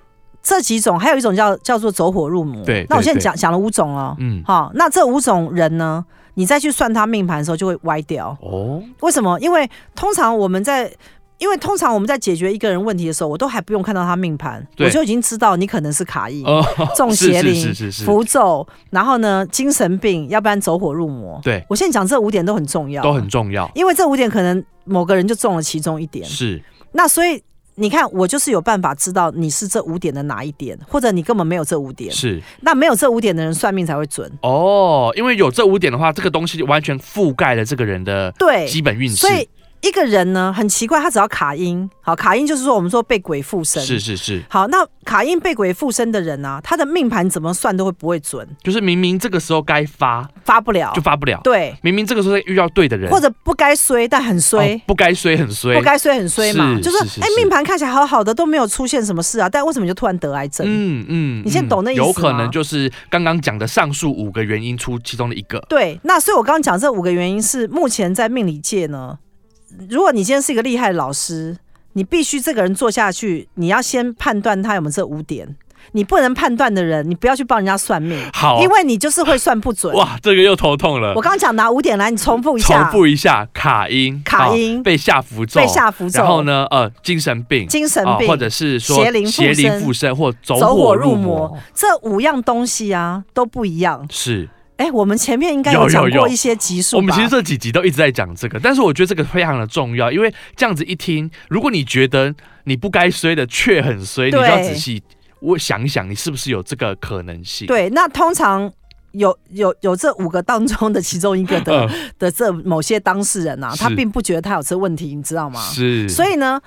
A: 这几种还有一种叫叫做走火入魔，
B: 对
A: 那我
B: 对
A: 现在
B: 对
A: 讲讲了五种哦，
B: 嗯，
A: 好，那这五种人呢，你再去算他命盘的时候就会歪掉。
B: 哦，
A: 为什么？因为通常我们在因为通常我们在解决一个人问题的时候，我都还不用看到他命盘，
B: 对
A: 我就已经知道你可能是卡意、
B: 哦，
A: 中
B: 是
A: 邪灵、
B: 是是是是，
A: 符咒，然后呢精神病，要不然走火入魔。
B: 对，
A: 我现在讲这五点都很重要，啊
B: 都很重要，
A: 因为这五点可能某个人就中了其中一点，
B: 是
A: 那所以。你看，我就是有办法知道你是这五点的哪一点，或者你根本没有这五点。
B: 是
A: 那没有这五点的人算命才会准。
B: 哦，因为有这五点的话，这个东西完全覆盖了这个人的
A: 对，
B: 基本运势
A: 所，以一个人呢，很奇怪，他只要卡音，好，卡音就是说我们说被鬼附身。
B: 是是是，
A: 好，那卡因被鬼附身的人呢、他的命盘怎么算都会不会准，
B: 就是明明这个时候该发
A: 发不了
B: 就。发不了，
A: 对，
B: 明明这个时候遇到对的人，
A: 或者不该衰，但很衰。
B: 哦不该衰很衰，
A: 不该衰很衰嘛，
B: 是
A: 就是
B: 是
A: 哎、
B: 是
A: 命盘看起来好好的，都没有出现什么事啊，但为什么你就突然得癌症？
B: 嗯嗯
A: 你现在懂那意思吗
B: 有可能就是刚刚讲的上述五个原因出其中的一个，
A: 对，那所以我刚刚讲这五个原因是目前在命理界呢，如果你今天是一个厉害的老师，你必须这个人做下去，你要先判断他有没有这五点，你不能判断的人，你不要去帮人家算命，
B: 好
A: 因为你就是会算不准。
B: 哇，这个又头痛了
A: 我。刚刚讲拿五点来，你重复一
B: 重
A: 下，
B: 复一下，卡音，
A: 卡
B: 哦
A: 音
B: 被下符咒，
A: 被下符咒，
B: 然后呢，呃，精神病，
A: 精神
B: 哦
A: 病、
B: 或者是说
A: 邪灵附
B: 邪灵
A: 身
B: 附身或走火
A: 走火
B: 入
A: 入
B: 魔
A: 魔，这五样东西啊都不一样。
B: 是
A: 哎，我们前面应该
B: 有有
A: 讲
B: 有
A: 过一些集数吧？
B: 我们其实这几集都一直在讲这个，但是我觉得这个非常的重要，因为这样子一听，如果你觉得你不该衰的却很衰，你就要
A: 对
B: 仔细我想一想，你是不是有这个可能性？，
A: 对，那通常有有有这五个当中的其中一个的、
B: 呃，
A: 的这某些当事人啊，
B: 是
A: 他并不觉得他有这问题，你知道吗？
B: 是，
A: 所
B: 以
A: 以呢，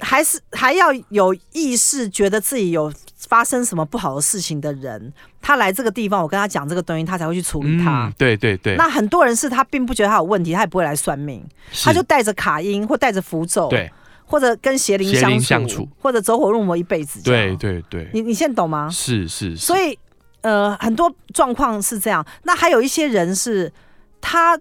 A: 还是还要有意识，觉得自己有发生什么不好的事情的人，他来这个地方，我跟他讲这个东西，他才会去处理它。
B: 嗯，对对对，
A: 那很多人是他并不觉得他有问题，他也不会来算命，
B: 是
A: 他就带着卡音或带着符咒，
B: 对
A: 或者跟邪灵
B: 邪
A: 相
B: 灵
A: 处，
B: 相处
A: 或者走火入魔一辈子。
B: 对，对对，
A: 你你现在懂吗？
B: 是是，
A: 所
B: 以
A: 以呃，很多状况是这样。那还有一些人是他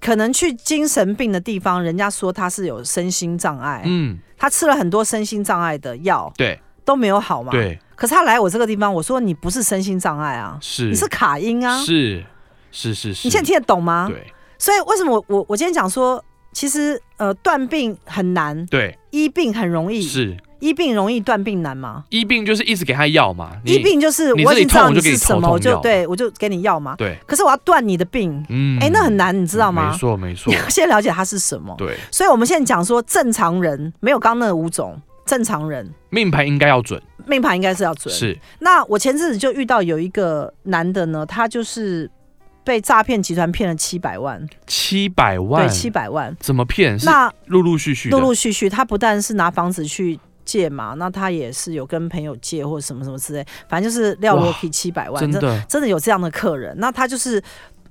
A: 可能去精神病的地方，人家说他是有身心障碍，
B: 嗯，
A: 他吃了很多身心障碍的药
B: 对
A: 都没有好嘛。。
B: 对
A: 可是他来我这个地方，我说你不是身心障碍啊，
B: 是，
A: 你是卡音啊。
B: 是是是是，
A: 你现在听啊得懂吗？
B: 对
A: 所以为什么我我我今天讲说，其实呃断病很难，
B: 对
A: 医病很容易，
B: 是
A: 医病容易断病难吗？
B: 医病就是一直给他药嘛，你
A: 医病就是
B: 你
A: 我已
B: 这里
A: 经知道
B: 痛我
A: 你
B: 就给
A: 是
B: 你
A: 什
B: 头
A: 么，我
B: 痛
A: 就
B: 药
A: 对我就给你药嘛。
B: 对，
A: 可是我要断你的病，
B: 嗯
A: 啊哎、那很难，你知道吗
B: 没？错没错
A: 你，要先了解它是什么。
B: 对，
A: 所以我们现在讲说，正常人没有刚刚那五种，正常人
B: 命盘应该要准，
A: 命盘应该是要准。。
B: 是
A: 那我前阵子就遇到有一个男的呢，他就是被诈骗集团骗了七百万，
B: 七百万
A: 对，，七百万。
B: 怎么骗？是
A: 那
B: 陆陆续续的
A: 陆陆续续，他不但是拿房子去借嘛，那他也是有跟朋友借或什么什么之类，反正就是廖
B: 哇
A: 罗皮七百万，
B: 真的
A: 真的有这样的客人，那他就是，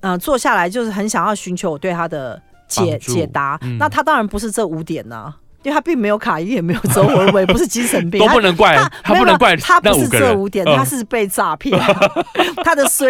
A: 嗯、坐下来就是很想要寻求我对他的解
B: 帮助
A: 解答、
B: 嗯
A: 那他当然不是这五点呢、因为他并没有卡，也没有走火入魔，也不是精神病，
B: 都不能怪
A: 他
B: 他
A: 没有
B: 不能怪
A: 他
B: 那
A: 不
B: 五
A: 是
B: 个
A: 这
B: 人
A: 五点，
B: 嗯
A: 他是被诈骗， 他的衰，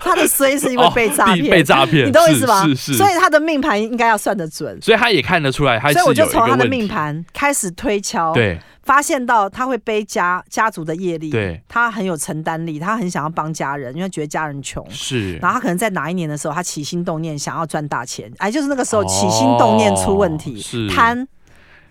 A: 他的衰是因为
B: 哦
A: 被诈
B: 被被
A: 骗，
B: 诈骗，
A: 你懂我意思吧？
B: 是是，
A: 所
B: 所
A: 以他的命盘应该要算得准。
B: 以他也看得出来，他是
A: 所以我就
B: 有一
A: 从
B: 个
A: 他的
B: 问
A: 命
B: 题，
A: 盘哦开始推敲，
B: 对
A: 发现到他会背家家族的业力，
B: 对
A: 他很有承担力，他很想要帮家人，因为他觉得家人穷，
B: 是
A: 然后他可能在哪一年的时候，他起心动念想要赚大钱，哎，就是那个时候起心动念出问
B: 哦
A: 题，
B: 是嗯
A: 贪。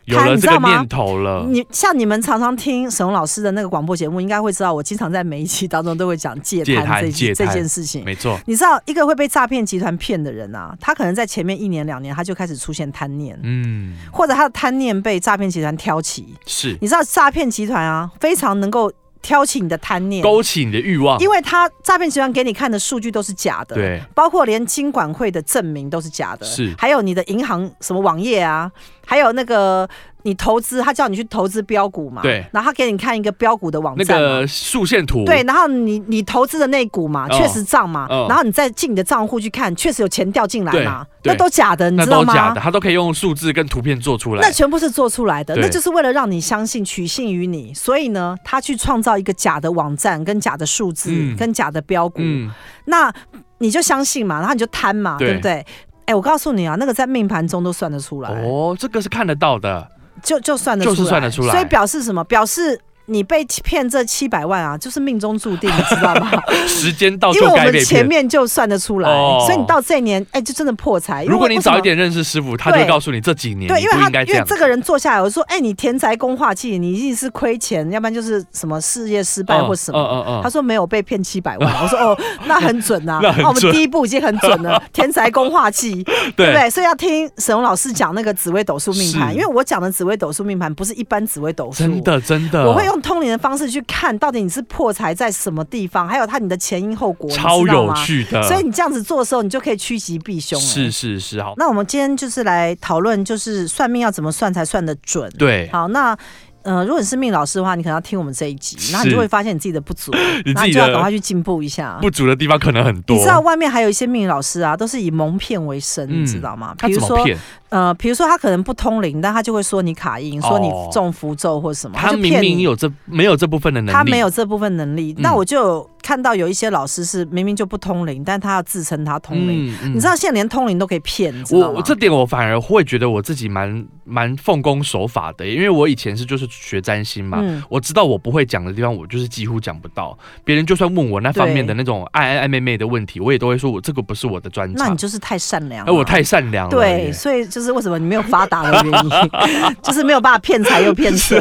B: 有了
A: 你知
B: 这个
A: 道吗
B: 念头了，
A: 你像你们常常听沈荣老师的那个广播节目，应该会知道，我经常在每一期当中都会讲戒
B: 戒
A: 贪这
B: 贪戒
A: 这
B: 贪
A: 件事情。
B: 没错，
A: 你知道，一个会被诈骗集团骗的人啊，他可能在前面一年两年，他就开始出现贪念，
B: 嗯，
A: 或者他的贪念被诈骗集团挑起。
B: 是
A: 你知道，诈骗集团啊，非常能够挑起你的贪念，
B: 勾起你的欲望，
A: 因为他诈骗集团给你看的数据都是假的，
B: 对
A: 包括连金管会的证明都是假的，
B: 是
A: 还有你的银行什么网页啊，还有那个你投资，他叫你去投资标股嘛，
B: 对
A: 然后他给你看一个标股的网
B: 那
A: 站嘛。
B: 个竖线图，
A: 对，然后你你投资的那股嘛，
B: 哦
A: 确实涨嘛，
B: 哦
A: 然后你再进你的账户去看，确实有钱掉进来嘛，
B: 对对
A: 那都假的，你
B: 那
A: 知道
B: 都
A: 吗？
B: 假的，他都可以用数字跟图片做出来
A: 那。全部是做出来的，
B: 对
A: 那就是为了让你相信、取信于你。所以呢，他去创造一个假的网站、跟假的数字、
B: 嗯
A: 跟假的标股，
B: 嗯，
A: 那你就相信嘛，然后你就贪嘛，
B: 对
A: 对不对？哎，我告诉你啊，那个在命盘中都算得出来，
B: 哦，这个是看得到的，
A: 就就算得出来，
B: 哦就是算得出来
A: 所以表示什么？表示你被骗这七百万啊，就是命中注定，你知道 吗？
B: 时间到
A: 因为
B: 哦就
A: 我
B: 该
A: 们
B: 被
A: 前
B: 骗。
A: 面就算得出来，
B: 哦
A: 所以你到这一年，哎、就真的破财。因为
B: 如果你
A: 为什
B: 早
A: 么
B: 一。点认识师傅，他就
A: 对
B: 会告诉你这几年
A: 对，
B: 你
A: 因为
B: 不
A: 他
B: 应该这
A: 因为
B: 样。
A: 这个人坐下来，我说，哎、你田宅宫化忌，你一定是亏钱，要不然就是什么事业失败或什么。
B: 嗯嗯
A: 他说没有被骗七百万，我说哦，那很准呐、
B: 那很
A: 我们
B: 准
A: 第一步已经很 准了，田宅宫化忌，
B: 嗯，
A: 对不
B: 对
A: 对？所以要听沈荣老师讲那个紫微斗数命盘，
B: 是
A: 因为我讲的紫微斗数命盘不是一般紫微斗数，
B: 真的真的，
A: 我会用通灵的方式去看到底你是破财在什么地方，还有它你的前因后果，
B: 超
A: 你知道
B: 有
A: 吗。
B: 趣的，
A: 所以你这样子做的时候，你就可以趋吉避凶、
B: 是
A: 哎。
B: 是是，好，
A: 那我们今天就是来讨论，就是算命要怎么算才算得准。
B: 对，
A: 好，那呃，如果你是命老师的话，你可能要听我们这一集，然后你
B: 是
A: 就会发现你自己的不足，
B: 你
A: 然
B: 自
A: 后
B: 己
A: 你就要赶快
B: 的
A: 去进步一下。
B: 不足的地方可能很多。
A: 你知道外面还有一些命理老师啊，都是以蒙骗为生，
B: 嗯
A: 你知道吗？
B: 他
A: 比
B: 怎
A: 如
B: 么
A: 说，
B: 骗？
A: 呃，比如说他可能不通灵，但他就会说你卡音，说你
B: 哦
A: 中符咒或什么，
B: 他
A: 就
B: 明
A: 骗
B: 明
A: 你。
B: 有这没有这部分的能力，
A: 他没有这部分能力。
B: 嗯
A: 那我就有看到有一些老师是明明就不通灵，但他要自称他通灵。
B: 嗯嗯
A: 你知道现在连通灵都可以骗，你知道
B: 我
A: 吗？
B: 我这点我反而会觉得我自己蛮蛮奉公守法的，因为我以前是就是学占星嘛。
A: 嗯，
B: 我知道我不会讲的地方，我就是几乎讲不到。别人就算问我那方面的那种爱爱爱妹妹的问题，我也都会说我这个不是我的专
A: 那
B: 长
A: 你。就是太善良
B: 哎，
A: 了。
B: 我太善良了。
A: 对，，所以就是为什么你没有发达的 原因，就是没有办法骗财又骗色。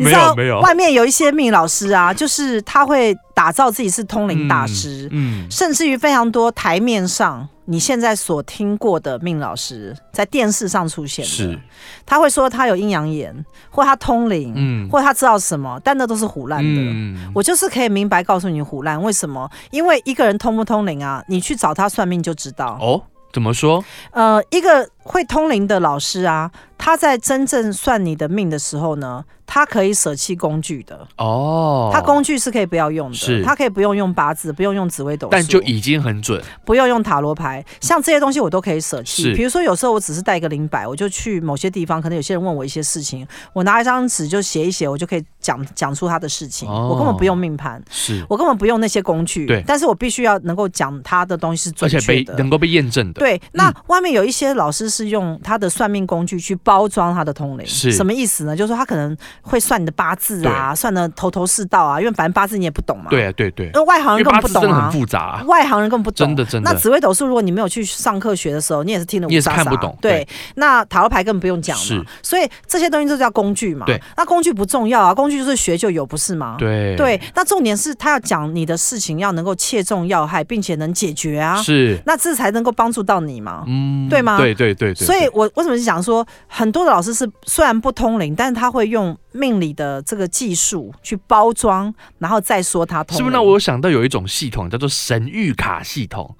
A: 你知道
B: 没有没有
A: 外面有一些命理老师啊，就是他会打造自己是通灵大师，
B: 嗯，
A: 甚至于非常多台面上你现在所听过的命理老师，在电视上出现的
B: 是，
A: 他会说他有阴阳眼，或他通灵，
B: 嗯
A: 或他知道什么，但那都是胡乱的。
B: 嗯，
A: 我就是可以明白告诉你胡乱为什么，因为一个人通不通灵啊，你去找他算命就知道。
B: 哦，怎么说？
A: 呃，一个会通灵的老师啊，他在真正算你的命的时候呢，他可以舍弃工具的，
B: 哦，
A: 他工具是可以不要用的，
B: 是
A: 他可以不用用八字，不用用紫微斗数，
B: 但就已经很准，
A: 不用用塔罗牌，像这些东西我都可以舍弃。
B: 是
A: 比如说，有时候我只是带个零百，我就去某些地方，可能有些人问我一些事情，我拿一张纸就写一写，我就可以讲讲出他的事情。
B: 哦
A: 我根本不用命盘，
B: 是，
A: 我根本不用那些工具。
B: 对
A: 但是我必须要能够讲他的东西是
B: 而
A: 准
B: 且
A: 确
B: 被
A: 的。
B: 能够被验证的。
A: 对，那外面有一些老师是用他的算命工具去包装他的通灵，
B: 是
A: 什么意思呢？就是说他可能会算你的八字啊，算的头头是道啊，因为反正八字你也不懂嘛。，
B: 对啊对对，
A: 因为外行
B: 因
A: 人
B: 为
A: 根
B: 八
A: 本不
B: 字真
A: 懂
B: 的
A: 啊
B: 很，复杂，
A: 外行人根本不懂。
B: 真的真
A: 那
B: 的。
A: 紫微斗数，如果你没有去上课学的时候，你也是听得五
B: 你也是
A: 杂杂
B: 看不懂
A: 啊对，那塔罗牌更不用讲嘛
B: 是。
A: 所以这些东西都叫工具嘛。
B: 对，
A: 那工具不重要啊，工具就是学就有，不是吗？。
B: 对
A: 对，那重点是他要讲你的事情要能够切中要害，并且能解决啊，
B: 是，
A: 那这才能够帮助到你嘛。
B: 嗯
A: 对吗
B: 对对对对，
A: 所以我为什么是讲说，很多的老师是虽然不通灵，但是他会用命理的这个技术去包装，然后再说他通
B: 是
A: 灵。
B: 不是让我有想到有一种系统叫做神谕卡系统？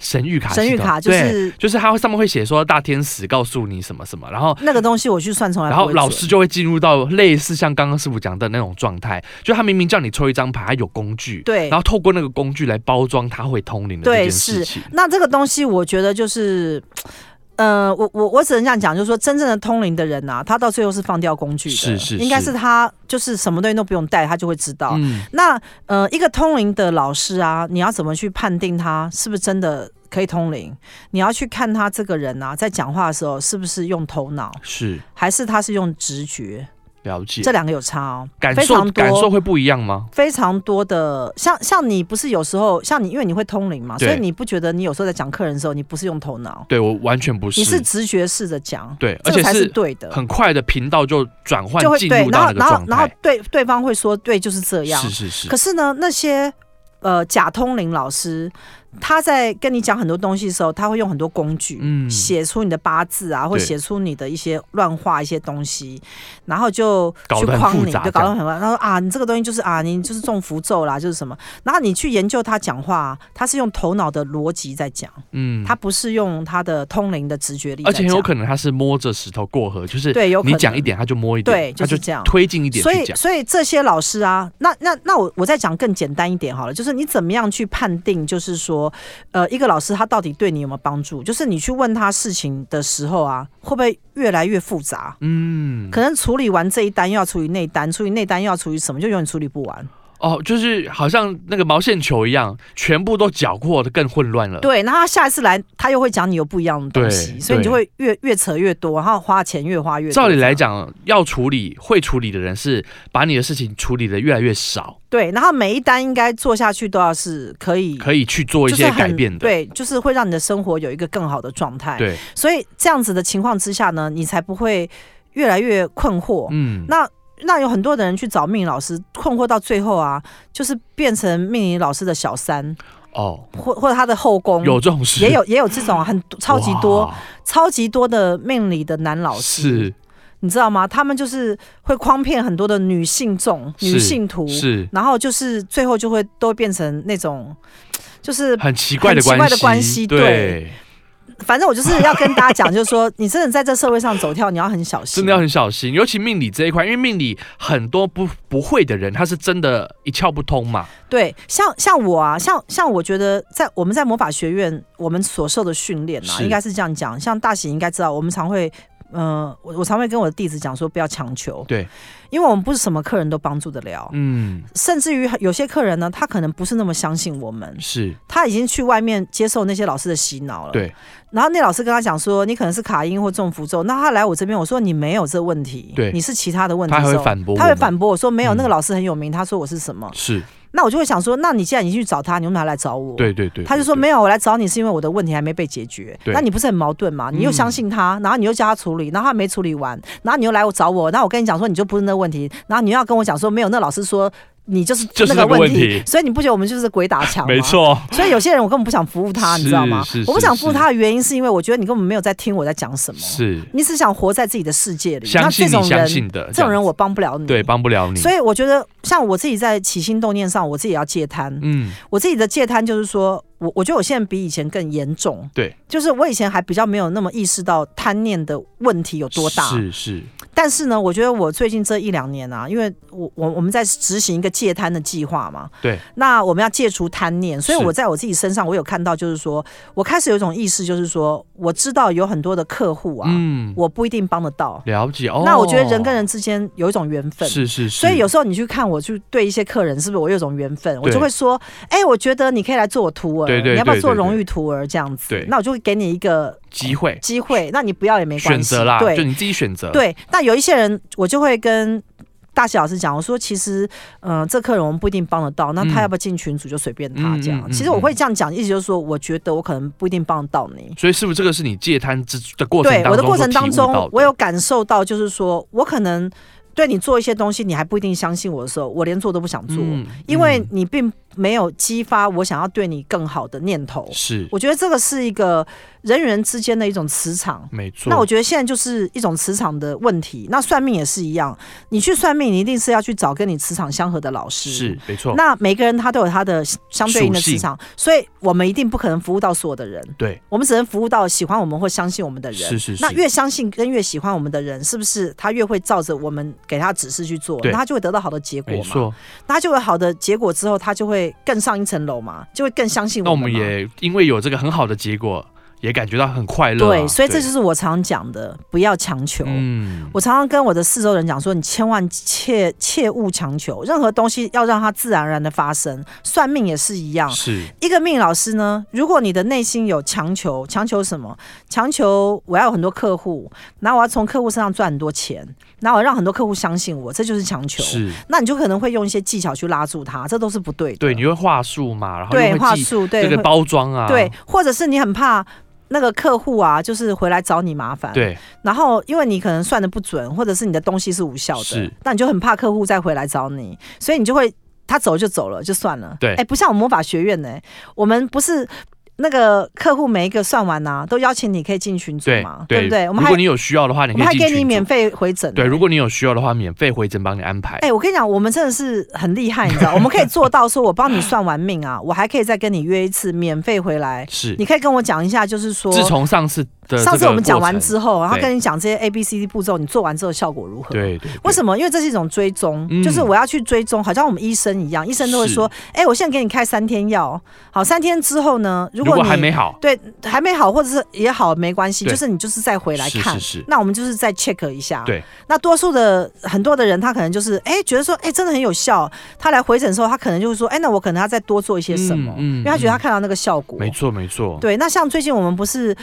B: 神谕卡系统，
A: 神谕卡就
B: 对
A: 是
B: 就是它会上面会写说大天使告诉你什么什么，然后。
A: 那个东西我去算从来
B: 然
A: 不
B: 后
A: 会
B: 老
A: 准
B: 师就会进入到类似像刚刚师傅讲的那种状态，就他明明叫你抽一张牌，他有工具，
A: 对
B: 然后透过那个工具来包装他会通灵的这
A: 对
B: 件
A: 是
B: 事情，
A: 那这个东西，我觉得就是，呃，我我我只能这样讲，就是说，真正的通灵的人啊，他到最后是放掉工具的，
B: 是是
A: 应该
B: 是
A: 是他就是什么东西都不用带，他就会知道。
B: 嗯，
A: 那呃，一个通灵的老师啊，你要怎么去判定他是不是真的可以通灵？你要去看他这个人啊，在讲话的时候是不是用头脑，
B: 是
A: 还是他是用直觉？
B: 了解
A: 这，两个有差哦，
B: 感
A: 非
B: 受
A: 常
B: 感受
A: 多。
B: 会不一样吗？
A: 非常多的，像像你不是有时候像你，因为你会通灵嘛，所以
B: 对
A: 你不觉得你有时候在讲客人的时候，你不是用头脑，
B: 对我完全不
A: 你
B: 是，
A: 是直觉式的讲，
B: 对，
A: 这
B: 而
A: 个
B: 且
A: 才是
B: 是
A: 对的，
B: 很快的频道就转换
A: 就会
B: 进
A: 对
B: 入，
A: 然
B: 到那
A: 后
B: 个
A: 然后
B: 状
A: 然后
B: 态，
A: 对对方会说对就是这样
B: 是，是是
A: 可，是呢那些。呃，假通灵老师他在跟你讲很多东西的时候，他会用很多工具，
B: 嗯
A: 写出你的八字啊，或
B: 对
A: 写出你的一些乱画一些东西，然后就
B: 搞
A: 去
B: 得很
A: 框
B: 复
A: 你，
B: 杂
A: 就搞得很乱。他说啊，你这个东西就是啊，你就是中符咒啦，就是什么。然后你去研究他讲话，他是用头脑的逻辑在讲，
B: 嗯
A: 他不是用他的通灵的直觉力在
B: 而
A: 讲，
B: 且很有可能他是摸着石头过河，就是
A: 对有可能
B: 你讲一点他就摸一点，
A: 对就是
B: 他
A: 这样
B: 推进一点
A: 所
B: 去
A: 以，
B: 讲，
A: 所以这些老师啊，那那那我我再讲更简单一点好了，就是你怎么样去判定，就是说，呃，一个老师他到底对你有没有帮助？就是你去问他事情的时候啊，会不会越来越复杂？
B: 嗯，
A: 可能处理完这一单又要处理那一单，处理那单又要处理什么，就永远处理不完。
B: 哦，就是好像那个毛线球一样，全部都搅和的更混乱了。
A: 对，然后他下一次来，他又会讲你有不一样的东西，
B: 对
A: 所以你就
B: 对
A: 会越越扯越多，然后花钱越花越多。
B: 照理来
A: 这样，
B: 讲，要处理会处理的人是把你的事情处理的越来越少，
A: 对，然后每一单应该做下去都要是可以，
B: 可以去做一
A: 嗯就是
B: 些
A: 很
B: 改变的。
A: 对，就是会让你的生活有一个更好的状态。，
B: 对，
A: 所以这样子的情况之下呢，你才不会越来越困惑。
B: 嗯，
A: 那那有很多的人去找命理老师，困惑到最后啊，就是变成命理老师的小三，
B: 哦，
A: 或或者他的后宫，
B: 有这种事，
A: 也有也有这种啊 很多超级多
B: 哇
A: 超级多的命理的男老师，
B: 是
A: 你知道吗？他们就是会诓骗很多的女性众、
B: 是
A: 女性徒，
B: 是
A: 然后就是最后就会都变成那种，就是
B: 很奇怪的
A: 很奇怪
B: 关系，
A: 的关系对
B: 对，
A: 反正我就是要跟大家讲，就是说你真的在这社会上走跳，你要很小心，
B: 真的要很小心，尤其命理这一块，因为命理很多不不会的人，他是真的一窍不通嘛。
A: 对，像像我啊，像像我觉得在我们在魔法学院，我们所受的训练啊，
B: 是
A: 应该是这样讲。像大喜应该知道，我们常会，呃，我我常会跟我的弟子讲说，不要强求，
B: 对，
A: 因为我们不是什么客人都帮助得了。
B: 嗯，
A: 甚至于有些客人呢，他可能不是那么相信我们，
B: 是
A: 他已经去外面接受那些老师的洗脑了。
B: 对。
A: 然后那老师跟他讲说，你可能是卡音或中符咒，那他来我这边，我说你没有这问题，
B: 对
A: 你是其他的问题
B: 他
A: 的
B: 还
A: 时
B: 会
A: 候。
B: 反驳我
A: 他会
B: 们
A: 反驳我说没有，
B: 嗯
A: 那个老师很有名，他说我是什么？
B: 是，
A: 那我就会想说，那你既然已经去找他，你为什么还来找我？。
B: 对对对，
A: 他就
B: 对
A: 说
B: 对
A: 没有，我来找你是因为我的问题还没被解决。
B: 对嗯
A: 那你不是很矛盾吗？你又相信他，然后你又叫他处理，然后他没处理完，然后你又来我找我，然后我跟你讲说你就不是那个问题，然后你又要跟我讲说没有，那老师说你就是
B: 就是
A: 那个
B: 那个
A: 问题，
B: 问题
A: 所以你不觉得我们就是鬼打墙吗？
B: 没。错，
A: 所以有些人我根本不想服务他，你知道吗
B: 是是？
A: 我不
B: 是
A: 想服务
B: 是
A: 他的原因是因为我觉得你根本没有在听我在讲什么，
B: 是
A: 你只想活在自己的世界里。那
B: 相信
A: 这
B: 你
A: 种
B: 相
A: 人，
B: 信的，
A: 这种人
B: 样
A: 我帮不了你。
B: 对帮不了你，
A: 所以我觉得，像我自己在起心动念上，我自己要戒贪。
B: 嗯
A: 我自己的戒贪就是说，我我觉得我现在比以前更严重。
B: 对，
A: 就是我以前还比较没有那么意识到贪念的问题有多大。
B: 是是
A: 但是呢，我觉得我最近这一两年啊，因为我我我们在执行一个戒贪的计划嘛，
B: 对，
A: 那我们要戒除贪念，所以
B: 是
A: 我在我自己身上，我有看到，就是说我开始有一种意识，就是说我知道有很多的客户啊，
B: 嗯
A: 我不一定帮得到。
B: 了解哦。
A: 那我觉得人跟人之间有一种缘分，
B: 是是是，
A: 所以有时候你去看我，去对一些客人，是不是我有种缘分？我
B: 嗯
A: 就
B: 对
A: 会说，哎、我觉得你可以来做我徒儿，
B: 对对
A: 你要不要
B: 对
A: 做
B: 对
A: 荣
B: 对
A: 誉徒儿这样子？
B: 对
A: 那我就会给你一个
B: 机会
A: 机会，那你不要也没关
B: 选
A: 系，
B: 择啦，就
A: 对
B: 你自己选择，，
A: 对。那有一些人，我就会跟。大喜老师讲，我说其实，嗯、这客人我们不一定帮得到，那他
B: 嗯
A: 要不要进群组就随便他这样。
B: 嗯嗯嗯
A: 其实我
B: 嗯
A: 会这样讲，意思就是说，我觉得我可能不一定帮得到你。
B: 所以是不是这个是你戒贪之的过程
A: 对
B: 当中
A: 我的过程当
B: 所体悟到
A: 中
B: 的，
A: 我有感受到，就是说我可能对你做一些东西，你还不一定相信我的时候，我连做都不想做。
B: 嗯
A: 因为
B: 嗯
A: 你并没有激发我想要对你更好的念头。
B: 是
A: 我觉得这个是一个人与人之间的一种磁场。
B: 没错，
A: 那我觉得现在就是一种磁场的问题。那算命也是一样，你去算命，你一定是要去找跟你磁场相合的老师。
B: 是。没错，
A: 那每个人他都有他的相对应的磁场，所以我们一定不可能服务到所有的人，
B: 对
A: 我们只能服务到喜欢我们或相信我们的人。
B: 是是是，
A: 那越相信跟越喜欢我们的人，是不是他越会照着我们给他指示去做，
B: 对
A: 那他就会得到好的结果
B: 没
A: 嘛？
B: 错。
A: 那他就有好的结果之后，他就会更上一层楼嘛，就会更相信
B: 那
A: 我
B: 我
A: 们
B: 们
A: 嘛。
B: 也因为有这个很好的结果，也感觉到很快乐啊、
A: 对，所以这就是我常讲的，不要强求。
B: 嗯，
A: 我常常跟我的四周人讲说，你千万切切勿强求，任何东西要让它自然而然的发生。算命也是一样，
B: 是
A: 一个命理老师呢，如果你的内心有强求，强求什么？强求我要有很多客户，然后我要从客户身上赚很多钱，然后我要让很多客户相信我，这就是强求。
B: 是，
A: 那你就可能会用一些技巧去拉住他，这都是不对的。
B: 对，你会话术嘛，然后
A: 对
B: 又
A: 话
B: 会记
A: 术，对
B: 这个
A: 会
B: 包装啊，
A: 对，或者是你很怕那个客户啊，就是回来找你麻烦，，
B: 对，
A: 然后因为你可能算的不准，或者是你的东西是无效的
B: 是，
A: 那你就很怕客户再回来找你，所以你就会他走就走了，就算了，
B: 对
A: 哎，不像我们魔法学院呢、我们不是。那个客户每一个算完呐、都邀请你可以进群组
B: 对
A: 嘛，
B: 对
A: 不对？我们
B: 如
A: 还
B: 果你有需要的话，你可
A: 我们还
B: 以进
A: 给
B: 群
A: 你
B: 组
A: 免费回诊呢、
B: 对，如果你有需要的话，免费回诊帮你安排。
A: 哎、我跟你讲，我们真的是很厉害，你知道，我们可以做到说，我帮你算完命啊，我还可以再跟你约一次免费回来，
B: 是
A: 你，可以跟我讲一下，就是说，
B: 自从上次的
A: 上次
B: 这个
A: 我们讲
B: 过
A: 完
B: 程
A: 之后，然后
B: 对
A: 跟你讲这些 A、B、C、D 步骤，你做完之后效果如何？
B: 对对，
A: 为什么？因为这是一种追踪，
B: 嗯
A: 就是我要去追踪，好像我们医生一样，医生都会说：“哎、我现在给你开三天药，好，三天之后呢，如
B: 如
A: 果
B: 果
A: 你
B: 还没好，
A: 对还没好，或者是也好没关系，
B: 对
A: 就是你就是再回来看。
B: 是是是
A: 那我们就是再 check 一下。
B: 对，
A: 那多数的很多的人，他可能就是哎、觉得说哎、真的很有效，他来回诊的时候，他可能就是说哎、那我可能要再多做一些什么，
B: 嗯嗯
A: 因为他觉得他看到那个效果。
B: 没错没错，
A: 对，那像最近我们不是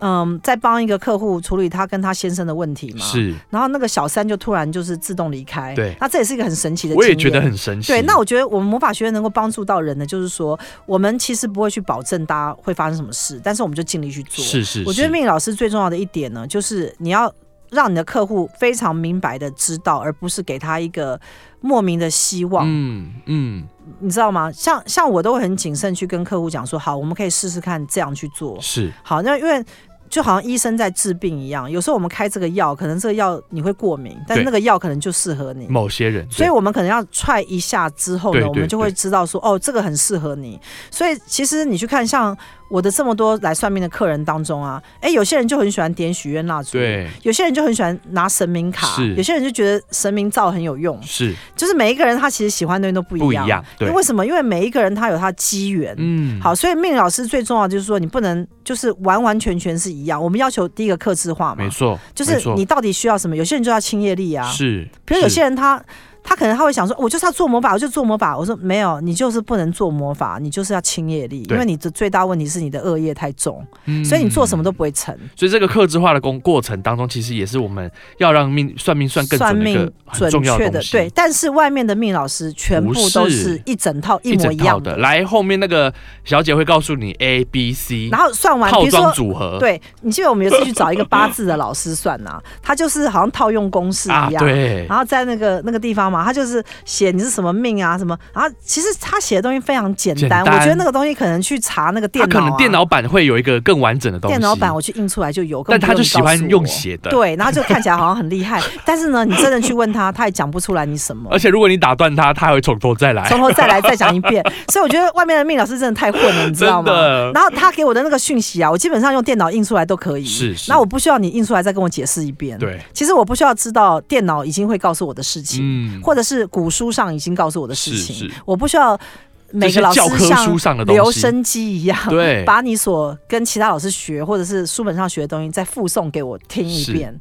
A: 嗯在帮一个客户处理他跟他先生的问题吗？。
B: 是，
A: 然后那个小三就突然就是自动离开，
B: 对
A: 那这也是一个很神奇的经
B: 我
A: 验。
B: 也觉得很神奇。
A: 对。那我觉得我们魔法学院能够帮助到人的，就是说我们其实不会去保证大家会发生什么事，但是我们就尽力去做。
B: 是是，
A: 我觉得
B: 是
A: 命理老师最重要的一点呢，就是你要让你的客户非常明白的知道，而不是给他一个莫名的希望，
B: 嗯嗯
A: 你知道吗？像像我都会很谨慎去跟客户讲说，好，我们可以试试看这样去做。
B: 是
A: 好，那因为就好像医生在治病一样，有时候我们开这个药，可能这个药你会过敏，但是
B: 对
A: 那个药可能就适合你。
B: 某些人，
A: 嗯所以，
B: 对
A: 我们可能要踹一下之后呢，
B: 对
A: 我们
B: 对
A: 就会
B: 对
A: 知道说，哦，这个很适合你。所以，其实你去看，像我的这么多来算命的客人当中啊，哎，有些人就很喜欢点许愿蜡烛，，
B: 对
A: 有些人就很喜欢拿神明卡，
B: 是
A: 有些人就觉得神明照很有用，
B: 是
A: 就是每一个人他其实喜欢的东西都不
B: 不一
A: 一样。
B: 样，
A: 因
B: 对
A: 为，为什么？因为每一个人他有他机缘，
B: 嗯，
A: 好，所以命理老师最重要的就是说，你不能就是完完全全是一样。我们要求第一个克制化嘛
B: 没，错，
A: 就
B: 没
A: 是
B: 错
A: 你到底需要什么？有些人就要清业力啊，
B: 是，
A: 比如有
B: 是
A: 些人他他可能他会想说，我就是要做魔法，我就做魔法。我说没有，你就是不能做魔法，你就是要清业力，因
B: 对
A: 为你的最大问题是你的恶业太重，所以你做什么
B: 嗯
A: 都不会成。
B: 所以这个克制化的工过程当中，其实也是我们要让命算命算更
A: 算
B: 准的一
A: 命
B: 个
A: 准
B: 很重要
A: 确
B: 东
A: 的
B: 西。
A: 对，，但是外面的命老师全
B: 不
A: 部都
B: 是
A: 是一整套一
B: 一
A: 模
B: 整
A: 一
B: 套
A: 样
B: 的。来，后面那个小姐会告诉你 A、B、C
A: 然后算完，比
B: 套
A: 如
B: 装
A: 说
B: 组合。
A: 对你记得我们有一次去找一个八字的老师 算呐、他就是好像套用公式
B: 啊，
A: 一样。
B: 对，
A: 然后在那个那个地方嘛，他就是写你是什么命啊什么，然后其实他写的东西非常简单，
B: 简单
A: 我觉得那个东西可能去查那个电
B: 他
A: 脑、啊，
B: 可能电脑版会有一个更完整的东西，
A: 电脑版我去印出来就有，
B: 但
A: 根
B: 他
A: 本
B: 就
A: 不用
B: 喜欢
A: 告诉
B: 用
A: 我
B: 写的。，
A: 对，然后就看起来好像很 厉害，但是呢，你真的去问他，他也讲不出来你什么
B: 而。且如果你打断他，他还会从头再来。
A: 从头再来再讲一遍。所以我觉得外面的命老师真的太混了，你知道吗
B: 真的？
A: 然后他给我的那个讯息啊，我基本上用电脑印出来都可以。
B: 是是
A: 那我不需要你印出来再跟我解释一遍。
B: 对，
A: 其实我不需要知道电脑已经会告诉我的事情，
B: 嗯，
A: 或者是古书上已经告诉我的事
B: 是
A: 情
B: 是，
A: 我不需要
B: 这
A: 每个
B: 些
A: 老
B: 教科
A: 师像
B: 书上的东
A: 留
B: 西，
A: 声机一样。
B: 对，
A: 把你所跟其他老师学，或者是书本上学的东西，再附送给我听一
B: 是
A: 遍。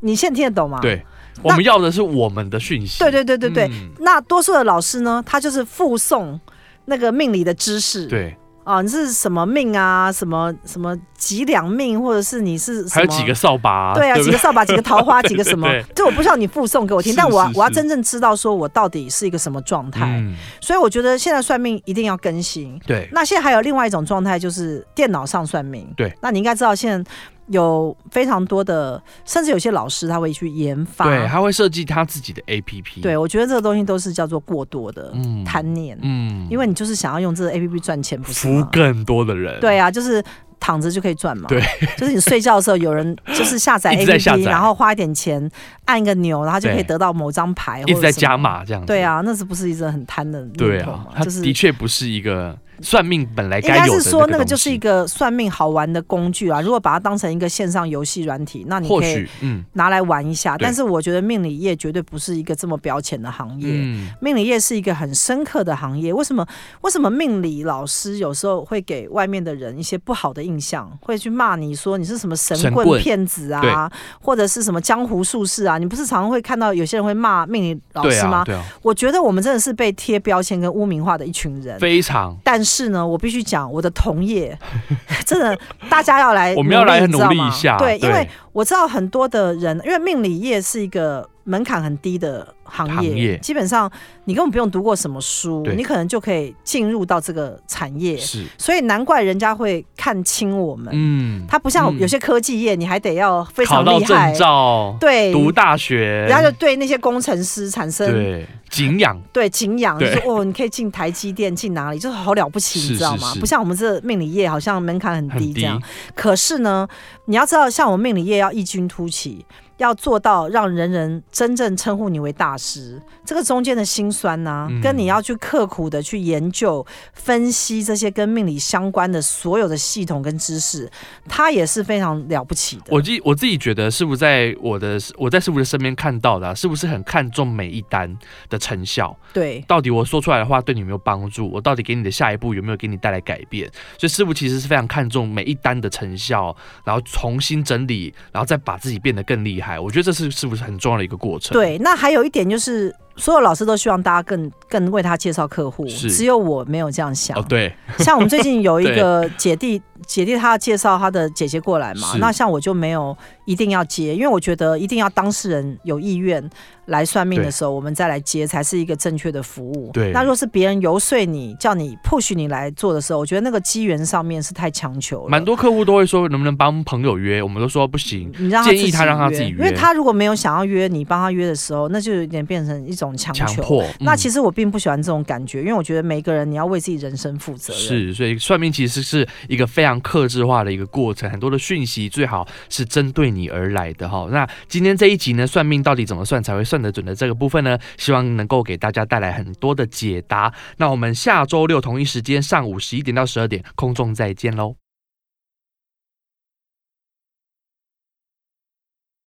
A: 你现在听得懂吗？
B: 对，
A: 那
B: 我们要的是我们的讯息。
A: 对对对对对。
B: 嗯
A: 那多数的老师呢，他就是附送那个命理的知识，
B: 对，
A: 啊，你是什么命啊，什么什么几两命，或者是你是什
B: 还
A: 么
B: 有几个扫把，
A: 对啊，
B: 不
A: 几个扫把，几个桃 花，几个什么
B: 对，
A: 这我不需要你附送给我听，
B: 是
A: 但我
B: 是
A: 我要
B: 是
A: 真正知道说我到底是一个什么状态，
B: 嗯，
A: 所以我觉得现在算命一定要更新。
B: 对，
A: 那现在还有另外一种状态，就是电脑上算命。
B: 对，
A: 那你应该知道现在有非常多的，甚至有些老师他会去研发。
B: 对，他会设计他自己的 A P P。
A: 对，我觉得这个东西都是叫做过多的
B: 嗯
A: 贪念，
B: 嗯
A: 因为你就是想要用这个 A P P 赚钱，不是
B: 服
A: 吗？
B: 更多的人，
A: 对啊，就是躺着就可以赚嘛。
B: 对，
A: 就是你睡觉的时候，有人 就是下载
B: 一
A: A
B: 直在
A: P
B: 下
A: P，
B: 载
A: 然后花一点钱按一个钮，然后就可以
B: 对
A: 得到某张牌，
B: 一直在加。码这样子。
A: 对，啊，那是不是一个很贪的
B: 对
A: 念头
B: 啊
A: 嘛，？
B: 他
A: 就是
B: 的确不是一个算命本来
A: 应该
B: 该有
A: 是
B: 的
A: 说那个
B: 个
A: 就是一
B: 个，
A: 个算命好玩的工具啊。如果把它当成一个线上游戏软体，那你
B: 或
A: 可以
B: 许嗯
A: 拿来玩一下。
B: 对
A: 但是我觉得命理业绝对不是一个这么表浅的行业。
B: 嗯
A: 命理业是一个很深刻的行业，为什么？为什么命理老师有时候会给外面的人一些不好的印象，会去骂你说你是什么神
B: 神
A: 棍、
B: 棍
A: 骗子
B: 对
A: 啊，或者是什么江湖术士啊？你不是常常会看到有些人会骂命理老
B: 对
A: 师吗？
B: 啊对啊，
A: 我觉得我们真的是被贴标签跟污名化的一群人。
B: 非常。
A: 但是呢，我必须讲，我的同业 真的，大家要来，
B: 我们要来
A: 你知
B: 努
A: 道
B: 力
A: 吗
B: 一下，
A: 对，因为我知道很多的人，因为命理业是一个门槛很低的行业，
B: 行业
A: 基本上你根本不用读过什么书，
B: 对
A: 你可能就可以进入到这个产业，
B: 是
A: 所以难怪人家会看清我们。
B: 嗯，
A: 它不像
B: 嗯
A: 有些科技业，你还得要非
B: 考
A: 常
B: 到
A: 厉害
B: 证，照，
A: 对，
B: 读大学，
A: 人家就对那些工程师产生
B: 对敬仰，
A: 对敬仰，就
B: 对
A: 是哦，你可以进台积电，进哪里，就是好了不起，
B: 是
A: 你知道
B: 是
A: 吗？
B: 是
A: 不像我们这命理业，好像门槛很
B: 很
A: 低这
B: 低
A: 样。可是呢，你要知道，像我们命理业要异军突起，要做到让人人真正称呼你为大师，这个中间的辛酸呐、
B: 嗯
A: 跟你要去刻苦的去研究、分析这些跟命理相关的所有的系统跟知识，它也是非常了不起的。
B: 我自我自己觉得，师傅在我的我在师傅的身边看到的、啊，是不是很看重每一单的成效？
A: 对，
B: 到底我说出来的话对你有没有帮助？我到底给你的下一步有没有给你带来改变？所以师傅其实是非常看重每一单的成效，然后重新整理，然后再把自己变得更厉害。我觉得这是是不是很重要的一个过程？，
A: 对，那还有一点就是，所有老师都希望大家更更为他介绍客户，
B: 是
A: 只有我没有这样想。
B: 哦对，
A: 像我们最近有一个姐弟，姐弟他介绍他的姐姐过来嘛
B: 是，
A: 那像我就没有一定要接，因为我觉得一定要当事人有意愿来算命
B: 对
A: 的时候，我们再来接才是一个正确的服务。
B: 对
A: 那若是别人游说你，叫你 push 你来做的时候，我觉得那个机缘上面是太强求了。
B: 蛮多客户都会说能不能帮朋友约，我们都说不行。
A: 你让他
B: 建议
A: 自己
B: 他让他自己
A: 因
B: 约
A: 为他如果没有想要约你帮他约的时候，那就有点变成一种强
B: 强
A: 求。
B: 迫，
A: 那
B: 嗯
A: 其实我并不喜欢这种感觉，因为我觉得每一个人你要为自己人生负责任。
B: 是，所以算命其实是一个非常克制化的一个过程，很多的讯息最好是针对你而来的哈。那今天这一集呢，算命到底怎么算才会算得准的这个部分呢，希望能够给大家带来很多的解答。那我们下周六同一时间上午十一点到十二点空中再见喽。